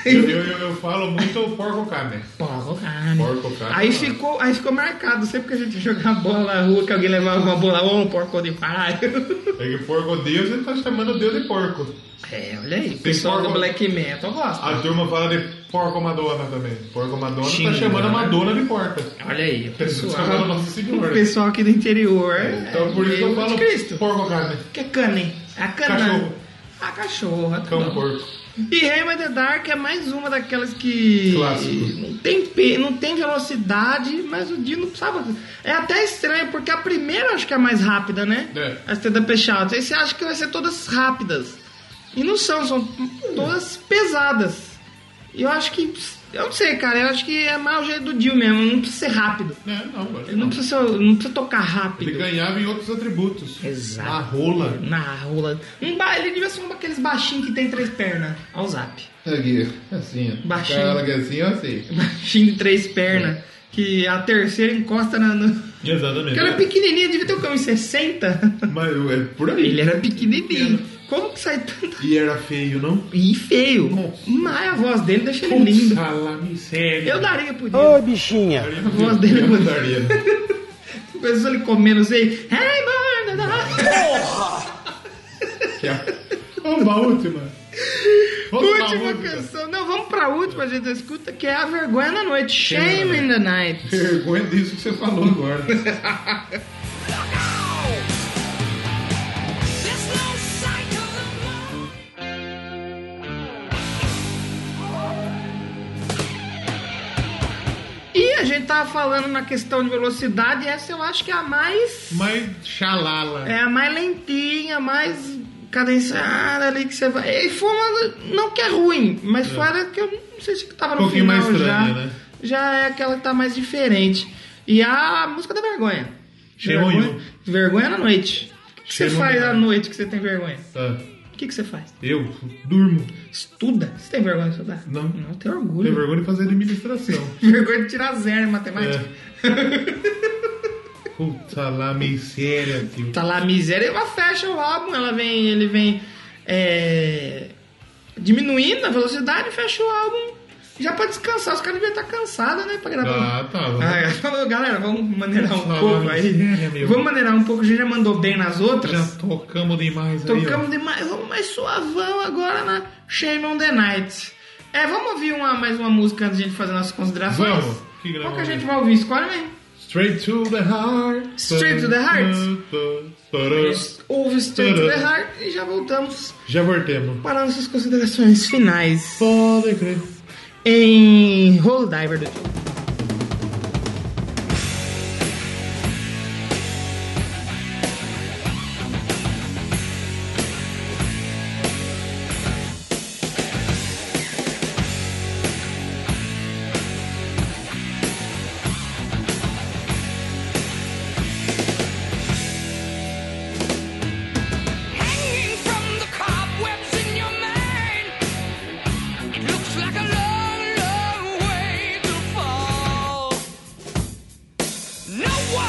Speaker 3: Eu, eu, eu, eu falo muito o porco carne.
Speaker 1: Porco carne.
Speaker 3: Porco carne.
Speaker 1: Aí ficou, aí ficou marcado. Sempre que a gente jogava bola na rua, que alguém levava uma bola, ô, porco Dio, caralho.
Speaker 3: É que porco Deus, ele tá chamando Deus de porco.
Speaker 1: É, olha aí. O pessoal do
Speaker 3: porco-
Speaker 1: Black Metal gosta.
Speaker 3: A turma fala de porco Madonna também. Porco Madonna
Speaker 1: Xinga,
Speaker 3: tá chamando a
Speaker 1: né?
Speaker 3: Madonna de porca.
Speaker 1: Olha aí, o
Speaker 3: Pessoal do
Speaker 1: pessoal.
Speaker 3: Nossa Senhora.
Speaker 1: O pessoal aqui do interior. é
Speaker 3: Então por isso que eu
Speaker 1: meio
Speaker 3: falo
Speaker 1: anticristo.
Speaker 3: porco carne.
Speaker 1: Que é cane? A cana.
Speaker 3: Cachorro.
Speaker 1: A cachorra. tá
Speaker 3: Cão
Speaker 1: bom.
Speaker 3: porco.
Speaker 1: E Rayman the Dark é mais uma daquelas que não tem, pe- não tem velocidade, mas o Dio não precisava. É até estranho, porque a primeira eu acho que é a mais rápida, né?
Speaker 3: É.
Speaker 1: As Tenda Peixadas. Aí você acha que vai ser todas rápidas. E não são, são todas pesadas. E eu acho que. Eu não sei, cara. Eu acho que é mais o jeito do Dio mesmo. Não precisa ser rápido.
Speaker 3: É, não, acho
Speaker 1: Ele não precisa, ser- não precisa tocar rápido.
Speaker 3: Ele ganhava em outros atributos.
Speaker 1: Exato.
Speaker 3: Na rola.
Speaker 1: Na rola. Um ba... Ele devia ser um daqueles baixinhos que tem três pernas. Ao zap.
Speaker 3: Aqui, É, assim, ó.
Speaker 1: Baixinho.
Speaker 3: Cara, que é assim, ó, assim.
Speaker 1: Baixinho de três
Speaker 3: É.
Speaker 1: pernas. Que a terceira encosta na. No...
Speaker 3: Exatamente.
Speaker 1: Porque era pequenininho, devia ter o quê? Uns 60?
Speaker 3: Mas é por aí.
Speaker 1: Ele era pequenininho. Como que sai tanto.
Speaker 3: E era feio, não?
Speaker 1: E feio. Mas a voz dele deixa ele lindo.
Speaker 3: Salame sério.
Speaker 1: Eu daria pro Dio.
Speaker 2: Ô, bichinha.
Speaker 1: A voz dele é
Speaker 3: Eu
Speaker 1: bonita.
Speaker 3: daria. né?
Speaker 1: Pensou ele comendo assim. Hey, mano,
Speaker 3: Que é- Vamos pra última. Vamos pra
Speaker 1: Última canção. Não, vamos pra última, gente. Escuta que é A Vergonha na Noite. Shame
Speaker 3: é.
Speaker 1: in the Night.
Speaker 3: Vergonha disso que você falou agora.
Speaker 5: There's no sight of the moon.
Speaker 1: E a gente tava falando na questão de velocidade, essa eu acho que é a mais.
Speaker 3: Mas xalala.
Speaker 1: É a mais lentinha, a mais cadenciada ali que você vai. E foi uma. Não que é ruim, mas foi a que eu não sei se tava no
Speaker 3: Um pouquinho
Speaker 1: final
Speaker 3: mais estranha,
Speaker 1: já.
Speaker 3: né?
Speaker 1: Já é aquela que tá mais diferente. E a música da vergonha.
Speaker 3: Shame on
Speaker 1: vergonha,
Speaker 3: you.
Speaker 1: vergonha na noite. O que, que você
Speaker 3: Shame on
Speaker 1: faz
Speaker 3: you.
Speaker 1: à noite que você tem vergonha?
Speaker 3: Tá.
Speaker 1: O que, que você faz?
Speaker 3: Eu durmo.
Speaker 1: Estuda? Você tem vergonha de estudar?
Speaker 3: Não.
Speaker 1: Não tem
Speaker 3: Tenho
Speaker 1: orgulho.
Speaker 3: vergonha de fazer administração.
Speaker 1: Vergonha de tirar zero em matemática.
Speaker 3: É. Puta lá, miséria, tio.
Speaker 1: Tá lá, miséria, ela fecha o álbum, ela vem, ele vem é, diminuindo a velocidade, fecha o álbum. Já pra descansar, os caras deviam estar cansados, né? Pra gravar.
Speaker 3: Ah, tá.
Speaker 1: Ah, ela falou, galera, vamos maneirar um
Speaker 3: Tá
Speaker 1: pouco
Speaker 3: lá,
Speaker 1: aí.
Speaker 3: miséria, meu.
Speaker 1: Vamos maneirar um pouco, a gente já mandou bem nas outras.
Speaker 3: Já tocamos demais
Speaker 1: Tocamos
Speaker 3: aí.
Speaker 1: demais, vamos mais suavão agora na Shame on the Night. É, vamos ouvir uma, mais uma música antes de a gente fazer nossas considerações?
Speaker 3: Vamos.
Speaker 1: Qual
Speaker 3: Que
Speaker 1: que a
Speaker 3: gravamos?
Speaker 1: gente vai ouvir? Escolhe mesmo.
Speaker 3: ó. Straight to the heart.
Speaker 1: Straight to the heart?
Speaker 3: heart.
Speaker 1: Ouve Straight to the Heart e já voltamos
Speaker 3: Já voltemos.
Speaker 1: para nossas considerações finais.
Speaker 3: Pode crer.
Speaker 1: em Roll Diver do Joe.
Speaker 5: Hanging from the cobwebs in your mind. It looks like a long, long way to fall. Oh,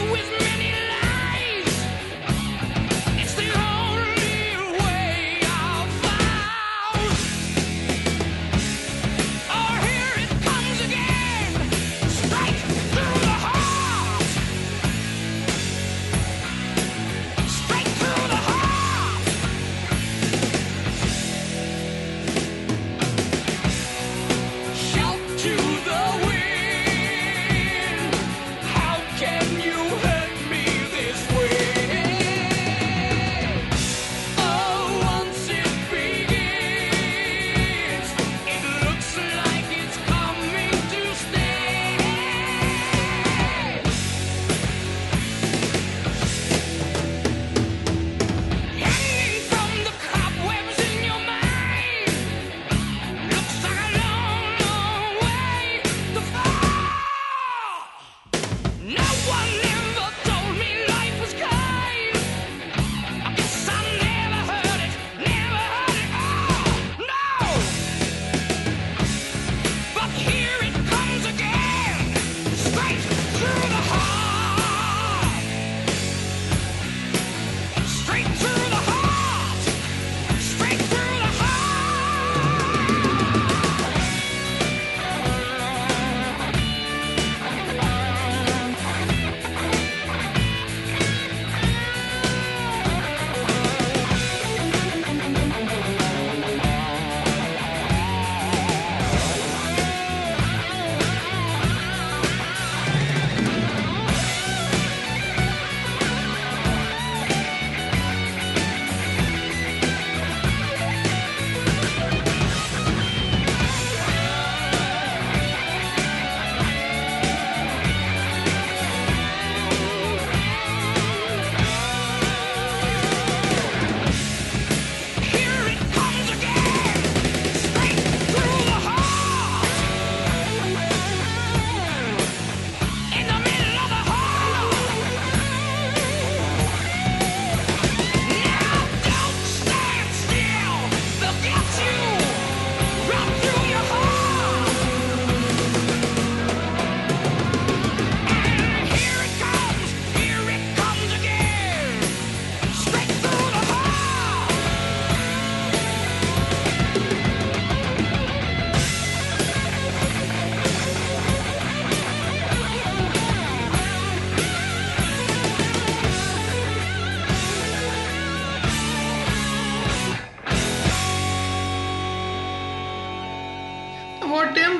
Speaker 5: Oh, Oh,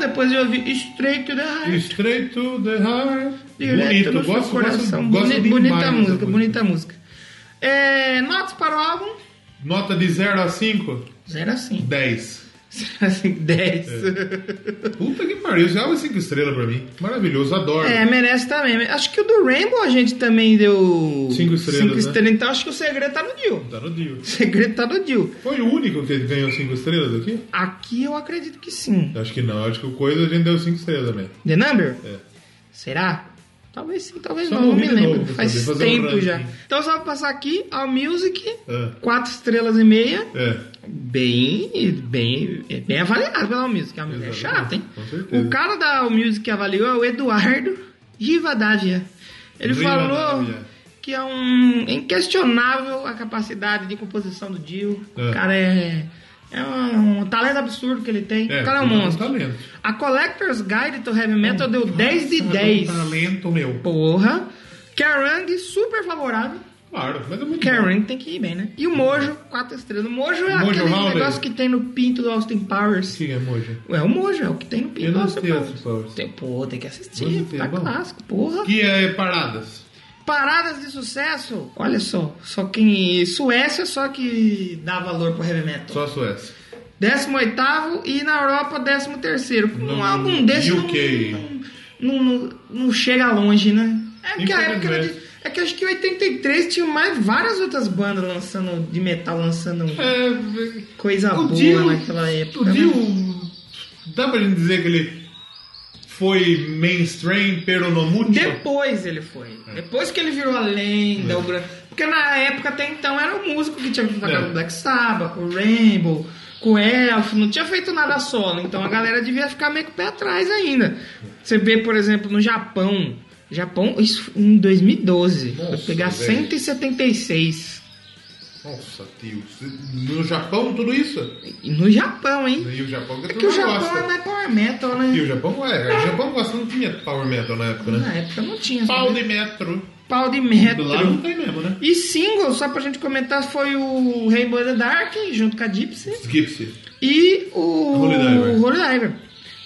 Speaker 1: depois eu ouvi Straight to the Heart.
Speaker 3: Straight to the Heart.
Speaker 1: Direto
Speaker 3: Bonito,
Speaker 1: do
Speaker 3: gosto,
Speaker 1: seu coração.
Speaker 3: gosto,
Speaker 1: Boni-
Speaker 3: gosto demais é
Speaker 1: bonita
Speaker 3: dessa
Speaker 1: música, bonita música. É, notas para o álbum?
Speaker 3: Nota de 0 a 5?
Speaker 1: 0 a 5.
Speaker 3: 10.
Speaker 1: 0 a 5, 10.
Speaker 3: Puta que pariu, isso é uma 5 estrelas pra mim. Maravilhoso, adoro.
Speaker 1: É, merece também. Acho que o do Rainbow a gente também deu
Speaker 3: Cinco estrelas,
Speaker 1: cinco
Speaker 3: né?
Speaker 1: estrelas, então acho que o segredo tá no Dio.
Speaker 3: Tá no Dio.
Speaker 1: O segredo tá no Dio.
Speaker 3: Foi o único que ganhou 5 estrelas aqui?
Speaker 1: Aqui eu acredito que sim.
Speaker 3: Acho que não, acho que o Coisa a gente deu 5 estrelas também.
Speaker 1: The Number?
Speaker 3: É.
Speaker 1: Será? Talvez sim, talvez
Speaker 3: Só
Speaker 1: não, não
Speaker 3: ouvi
Speaker 1: me
Speaker 3: de
Speaker 1: lembro.
Speaker 3: novo pra
Speaker 1: Faz
Speaker 3: saber, fazer um
Speaker 1: tempo
Speaker 3: ranking.
Speaker 1: já. Então só vou passar aqui ao Music,
Speaker 3: É,
Speaker 1: 4 estrelas e meia.
Speaker 3: é.
Speaker 1: Bem, bem, é bem avaliado pela Music. A mulher é chata, hein?
Speaker 3: Com certeza.
Speaker 1: O cara da Music que avaliou é o Eduardo Rivadavia. Ele
Speaker 3: Rivadavia.
Speaker 1: falou que é um é inquestionável a capacidade de composição do Dio.
Speaker 3: É.
Speaker 1: O cara é, é um, talento absurdo que ele tem. o cara é um monstro.
Speaker 3: talento.
Speaker 1: A Collector's Guide to Heavy Metal deu 10 de 10.
Speaker 3: É um talento meu.
Speaker 1: Porra. Kerrang, super favorável.
Speaker 3: Claro, mas é muito bom.
Speaker 1: Kerrang tem que ir bem, né? E o Mojo, 4 estrelas. O Mojo é
Speaker 3: Mojo
Speaker 1: aquele
Speaker 3: Howley.
Speaker 1: negócio que tem no pinto do Austin Powers.
Speaker 3: Quem é Mojo?
Speaker 1: É o Mojo, é o que tem no pinto
Speaker 3: Eu
Speaker 1: do
Speaker 3: não
Speaker 1: Austin
Speaker 3: assisti
Speaker 1: Powers.
Speaker 3: Austin Powers.
Speaker 1: Tem, pô, tem que assistir.
Speaker 3: Vamos ver,
Speaker 1: Tá
Speaker 3: vamos.
Speaker 1: clássico, porra.
Speaker 3: é Que é paradas.
Speaker 1: Paradas de sucesso. Olha só, só quem... Suécia só que dá valor pro heavy metal.
Speaker 3: Só a Suécia.
Speaker 1: 18 e na Europa 13º. Com
Speaker 3: No
Speaker 1: algum desses não-
Speaker 3: UK.
Speaker 1: Não, não, não chega longe, né? É que a época era de,
Speaker 3: Infelizmente.
Speaker 1: É que acho que em 83 tinha mais várias outras bandas lançando de metal, lançando
Speaker 3: É,
Speaker 1: coisa
Speaker 3: o
Speaker 1: boa
Speaker 3: Dio-
Speaker 1: naquela época.
Speaker 3: o
Speaker 1: né?
Speaker 3: Dio, dá pra gente dizer que ele foi mainstream, pero no mucho?
Speaker 1: Depois ele foi.
Speaker 3: É.
Speaker 1: Depois que ele virou a lenda, o grande. Porque na época até então era o músico que tinha feito
Speaker 3: É.
Speaker 1: é. com o Black Sabbath, com o Rainbow, com o Elf, não tinha feito nada solo. Então a galera devia ficar meio que o pé atrás ainda. Você vê, por exemplo, no Japão. Japão, isso em 2012.
Speaker 3: Nossa,
Speaker 1: vai pegar
Speaker 3: velho.
Speaker 1: 176.
Speaker 3: Nossa, tio. No Japão, tudo isso?
Speaker 1: E no Japão, hein?
Speaker 3: E o Japão que,
Speaker 1: É
Speaker 3: a
Speaker 1: que o
Speaker 3: turma
Speaker 1: Japão
Speaker 3: gosta.
Speaker 1: é mais power metal, né?
Speaker 3: E o Japão, é, o Japão gosta, não tinha power metal na época, né?
Speaker 1: Na época não tinha.
Speaker 3: Pau
Speaker 1: sabe?
Speaker 3: de metro.
Speaker 1: Pau de metro.
Speaker 3: Do lado não tem mesmo, né?
Speaker 1: E single, só pra gente comentar, foi o Rainbow in the Dark, junto com a Gypsy,
Speaker 3: Skipsy.
Speaker 1: e o
Speaker 3: Holy Diver.
Speaker 1: Holy Diver.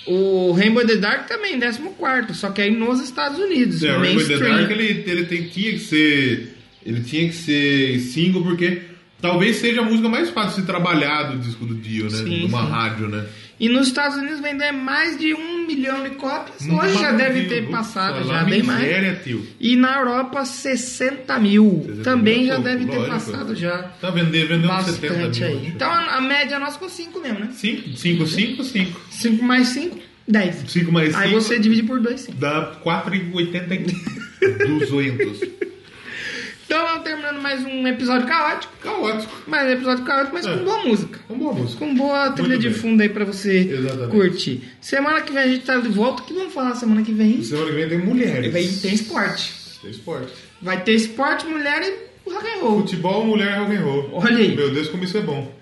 Speaker 1: O Rainbow in the Dark também, 14, só que aí nos Estados Unidos.
Speaker 3: É, o Rainbow in the
Speaker 1: mainstream.
Speaker 3: Dark, ele, ele tem- tinha que ser. Ele tinha que ser single, porque talvez seja a música mais fácil de se trabalhar do disco do Dio, né?
Speaker 1: Sim,
Speaker 3: Numa
Speaker 1: sim.
Speaker 3: rádio, né?
Speaker 1: E nos Estados Unidos vendeu mais de um milhão de cópias. Hoje já
Speaker 3: Maravilha,
Speaker 1: deve ter
Speaker 3: vou
Speaker 1: passado,
Speaker 3: falar
Speaker 1: já bem mais.
Speaker 3: miséria, tio.
Speaker 1: E na Europa, 60 mil.
Speaker 3: 60
Speaker 1: também
Speaker 3: mil é
Speaker 1: já
Speaker 3: pouco,
Speaker 1: deve ter
Speaker 3: lógico.
Speaker 1: passado já.
Speaker 3: Tá vendendo, vendendo uns 70
Speaker 1: Bastante
Speaker 3: mil. né?
Speaker 1: aí. Então a, a média nossa ficou 5 mesmo, né?
Speaker 3: 5, 5, 5, 5.
Speaker 1: 5 mais 5, 10.
Speaker 3: 5 mais 5.
Speaker 1: Aí você divide por 2, 5.
Speaker 3: Dá 4,80 200.
Speaker 1: Então vamos terminando mais um episódio caótico.
Speaker 3: Caótico.
Speaker 1: Mais um episódio caótico, mas
Speaker 3: É.
Speaker 1: com boa música.
Speaker 3: Uma boa música.
Speaker 1: Com boa trilha de
Speaker 3: bem.
Speaker 1: fundo aí pra você
Speaker 3: Exatamente.
Speaker 1: curtir. Semana que vem a gente tá de volta. O que vamos falar semana que vem?
Speaker 3: Semana que vem tem mulheres.
Speaker 1: Vai, tem esporte.
Speaker 3: Tem esporte.
Speaker 1: Vai ter esporte, mulher e rock and roll.
Speaker 3: Futebol, mulher, rock and roll.
Speaker 1: Olha aí.
Speaker 3: Meu Deus, como isso é bom.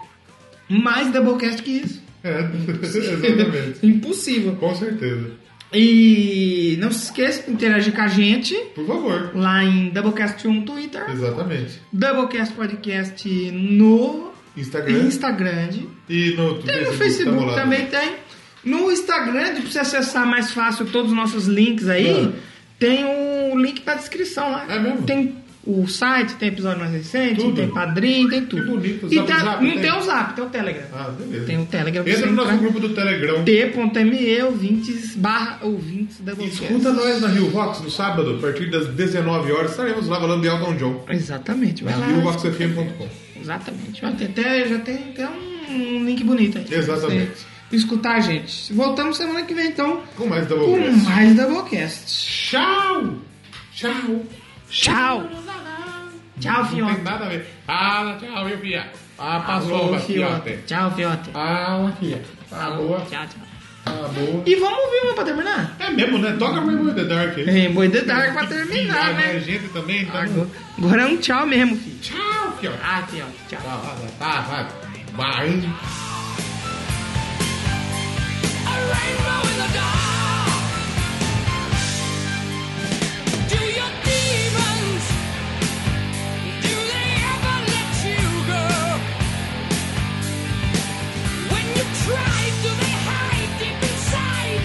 Speaker 1: Mais Doublecast que isso.
Speaker 3: É, exatamente.
Speaker 1: Impossível.
Speaker 3: Com certeza.
Speaker 1: E não se esqueça de interagir com a gente
Speaker 3: Por favor.
Speaker 1: lá em Doublecast 1 no Twitter,
Speaker 3: Exatamente.
Speaker 1: Doublecast Podcast no
Speaker 3: Instagram
Speaker 1: Instagram.
Speaker 3: e no Twitter. tá
Speaker 1: Tem no Facebook
Speaker 3: tamo lá.
Speaker 1: também, tem. No Instagram, de pra você acessar mais fácil todos os nossos links aí,
Speaker 3: Ah.
Speaker 1: tem o link pra descrição lá.
Speaker 3: É mesmo?
Speaker 1: Tem o site, tem episódio mais recente,
Speaker 3: Tudo.
Speaker 1: tem padrinho, tem tudo.
Speaker 3: bonito,
Speaker 1: E
Speaker 3: Zap
Speaker 1: tem-
Speaker 3: Zap,
Speaker 1: não
Speaker 3: tem?
Speaker 1: tem? o Zap, tem o Telegram.
Speaker 3: Ah, beleza.
Speaker 1: Tem um o Telegram pra
Speaker 3: Entra
Speaker 1: você
Speaker 3: no nosso
Speaker 1: entrar.
Speaker 3: grupo do Telegram.
Speaker 1: T.me ouvintes barra ouvintes da
Speaker 3: E
Speaker 1: Doublecast.
Speaker 3: Escuta nós na Rio Vox no sábado, a partir das 19 horas, estaremos lá falando de Elton John.
Speaker 1: Exatamente, vai lá.
Speaker 3: RioVoxFM.com.
Speaker 1: Exatamente. Vai ter até, já tem até um, um link bonito aí. pra
Speaker 3: Exatamente.
Speaker 1: você Escutar a gente. Voltamos semana que vem, então,
Speaker 3: Com mais da
Speaker 1: com mais Doublecast.
Speaker 3: Tchau! Tchau!
Speaker 1: Tchau. Tchau,
Speaker 3: Não tem
Speaker 1: Fiote.
Speaker 3: nada a ver. Fala, tchau, viu, Pia? Ah, passou,
Speaker 1: Alô,
Speaker 3: Fiote. Ah.
Speaker 1: Fiote. Tchau, Fiote.
Speaker 3: Fala, Pia. Falou,
Speaker 1: Tchau, tchau.
Speaker 3: acabou.
Speaker 1: E vamos ouvir uma pra terminar?
Speaker 3: É mesmo, né? Toca Rainbow in the Dark aí.
Speaker 1: Rainbow in the Dark pra terminar,
Speaker 3: A
Speaker 1: né?
Speaker 3: gente também tá.
Speaker 1: Agora- Agora é um tchau mesmo, filho.
Speaker 3: Tchau, Fiote.
Speaker 1: Ah, Fiote, tchau.
Speaker 3: Tá, tá, vai. Vai.
Speaker 7: A rainbow in the dark. Do your demons? Do they ever let you go? When you try, do they hide deep inside?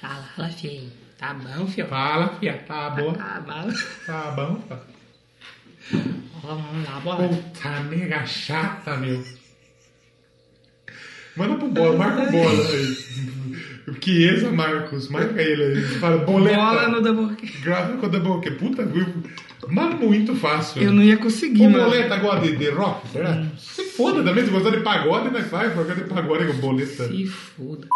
Speaker 1: Tá bom, fio.
Speaker 3: Fala, fia. Tá bom.
Speaker 1: Tá bom.
Speaker 3: Tá bom, fia.
Speaker 1: Vamos lá, bora.
Speaker 3: Puta nega chata, meu. Manda pro bola, marca o bola aí. Chiesa Marcos, marca ele aí. Fala, boleta.
Speaker 1: Bola no double kick.
Speaker 3: Grava com o double kick. Puta, mas muito fácil.
Speaker 1: Eu não ia conseguir,
Speaker 3: O
Speaker 1: mano. Hum.
Speaker 3: boleta agora de, de rock, será? Se foda também, se gostar de pagode, né? Vai, vai de pagode com boleta.
Speaker 1: Se foda.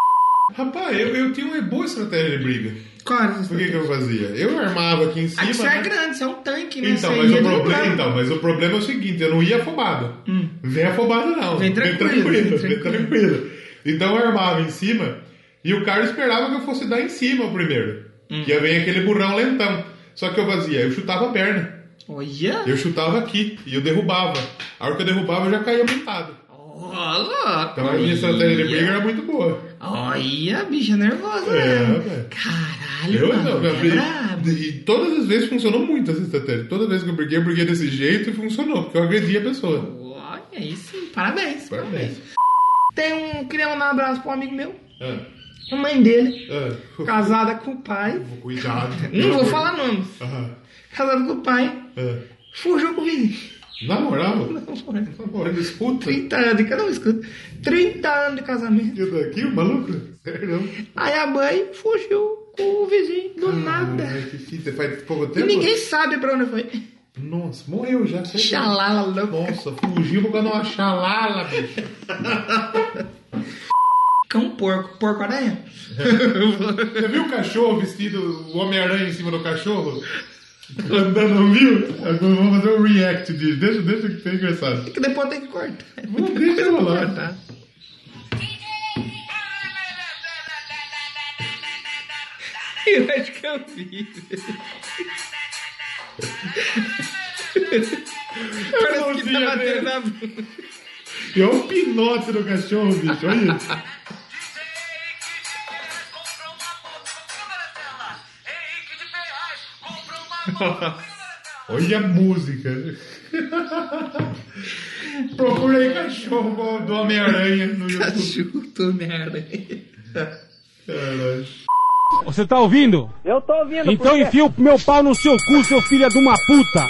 Speaker 3: Rapaz, eu, eu tinha uma boa estratégia de briga.
Speaker 1: Qual era essa
Speaker 3: O que, que eu fazia? Eu armava aqui em
Speaker 1: Aí
Speaker 3: cima.
Speaker 1: você é
Speaker 3: né?
Speaker 1: grande, você é um tanque, né?
Speaker 3: Então
Speaker 1: Você
Speaker 3: mas,
Speaker 1: ia
Speaker 3: o problema,
Speaker 1: driblando.
Speaker 3: então, mas o problema é o seguinte, eu não ia afobado. Vem afobado não.
Speaker 1: Hum. Vem tranquilo,
Speaker 3: Vem tranquilo.
Speaker 1: vem
Speaker 3: vem
Speaker 1: tranquilo.
Speaker 3: tranquilo. Então eu armava em cima e o cara esperava que eu fosse dar em cima o primeiro.
Speaker 1: Hum.
Speaker 3: Que ia vir aquele burrão lentão. Só que eu fazia, eu chutava a perna.
Speaker 1: Olha!
Speaker 3: então. Eu chutava aqui e eu derrubava. A hora que eu derrubava, eu já caía montado.
Speaker 1: Ó, louco!
Speaker 3: Então a minha estratégia de briga era muito boa.
Speaker 1: Olha, bicha nervosa,
Speaker 3: É,
Speaker 1: né?
Speaker 3: velho.
Speaker 1: Caralho,
Speaker 3: Eu
Speaker 1: mano,
Speaker 3: não,
Speaker 1: que
Speaker 3: eu
Speaker 1: é
Speaker 3: abri-
Speaker 1: brabo.
Speaker 3: E todas as vezes funcionou muito essa estratégia. Toda vez que eu briguei, eu briguei desse jeito e funcionou, porque eu agredi a pessoa.
Speaker 1: Olha, aí sim, parabéns.
Speaker 3: Parabéns.
Speaker 1: Tem um, queria mandar um abraço pra um amigo meu,
Speaker 3: Ah,
Speaker 1: a mãe dele,
Speaker 3: ah,
Speaker 1: casada com o pai.
Speaker 3: cuidado.
Speaker 1: Não vou falar nome.
Speaker 3: Ah,
Speaker 1: Casada com o pai,
Speaker 3: ah.
Speaker 1: fugiu com o vizinho.
Speaker 3: Na moral, na
Speaker 1: Não, porra.
Speaker 3: moral, escuta.
Speaker 1: 30 anos de casamento, escuta. 30 anos de casamento.
Speaker 3: Eu daqui, o maluco? Sério, não?
Speaker 1: Aí a mãe fugiu com o vizinho, do nada.
Speaker 3: Ai, que fita, faz pouco
Speaker 1: E
Speaker 3: tempo?
Speaker 1: ninguém sabe pra onde foi.
Speaker 3: Nossa, morreu já. sei lá.
Speaker 1: Xalala, louco.
Speaker 3: Nossa, fugiu por causa de uma xalala, bicho.
Speaker 1: Cão porco, porco aranha.
Speaker 3: Já viu o cachorro vestido, o Homem-Aranha em cima do cachorro? Andando, não viu? Agora vamos fazer um react disso. Deixa, deixa que tá engraçado.
Speaker 1: Que depois tem que cortar.
Speaker 3: Não deixa eu rolar.
Speaker 1: Cortar. Eu acho que eu vi. Parece que tá
Speaker 3: mãozinha dele.
Speaker 1: batendo na bunda.
Speaker 3: E olha É o pinote do cachorro, bicho. Olha isso. Olha a é música. Procurei cachorro do Homem-Aranha no YouTube.
Speaker 1: Chuto, merda.
Speaker 3: Caralho.
Speaker 10: Você tá ouvindo?
Speaker 9: Eu tô ouvindo.
Speaker 10: Então enfia o meu pau no seu cu, seu filho de uma puta.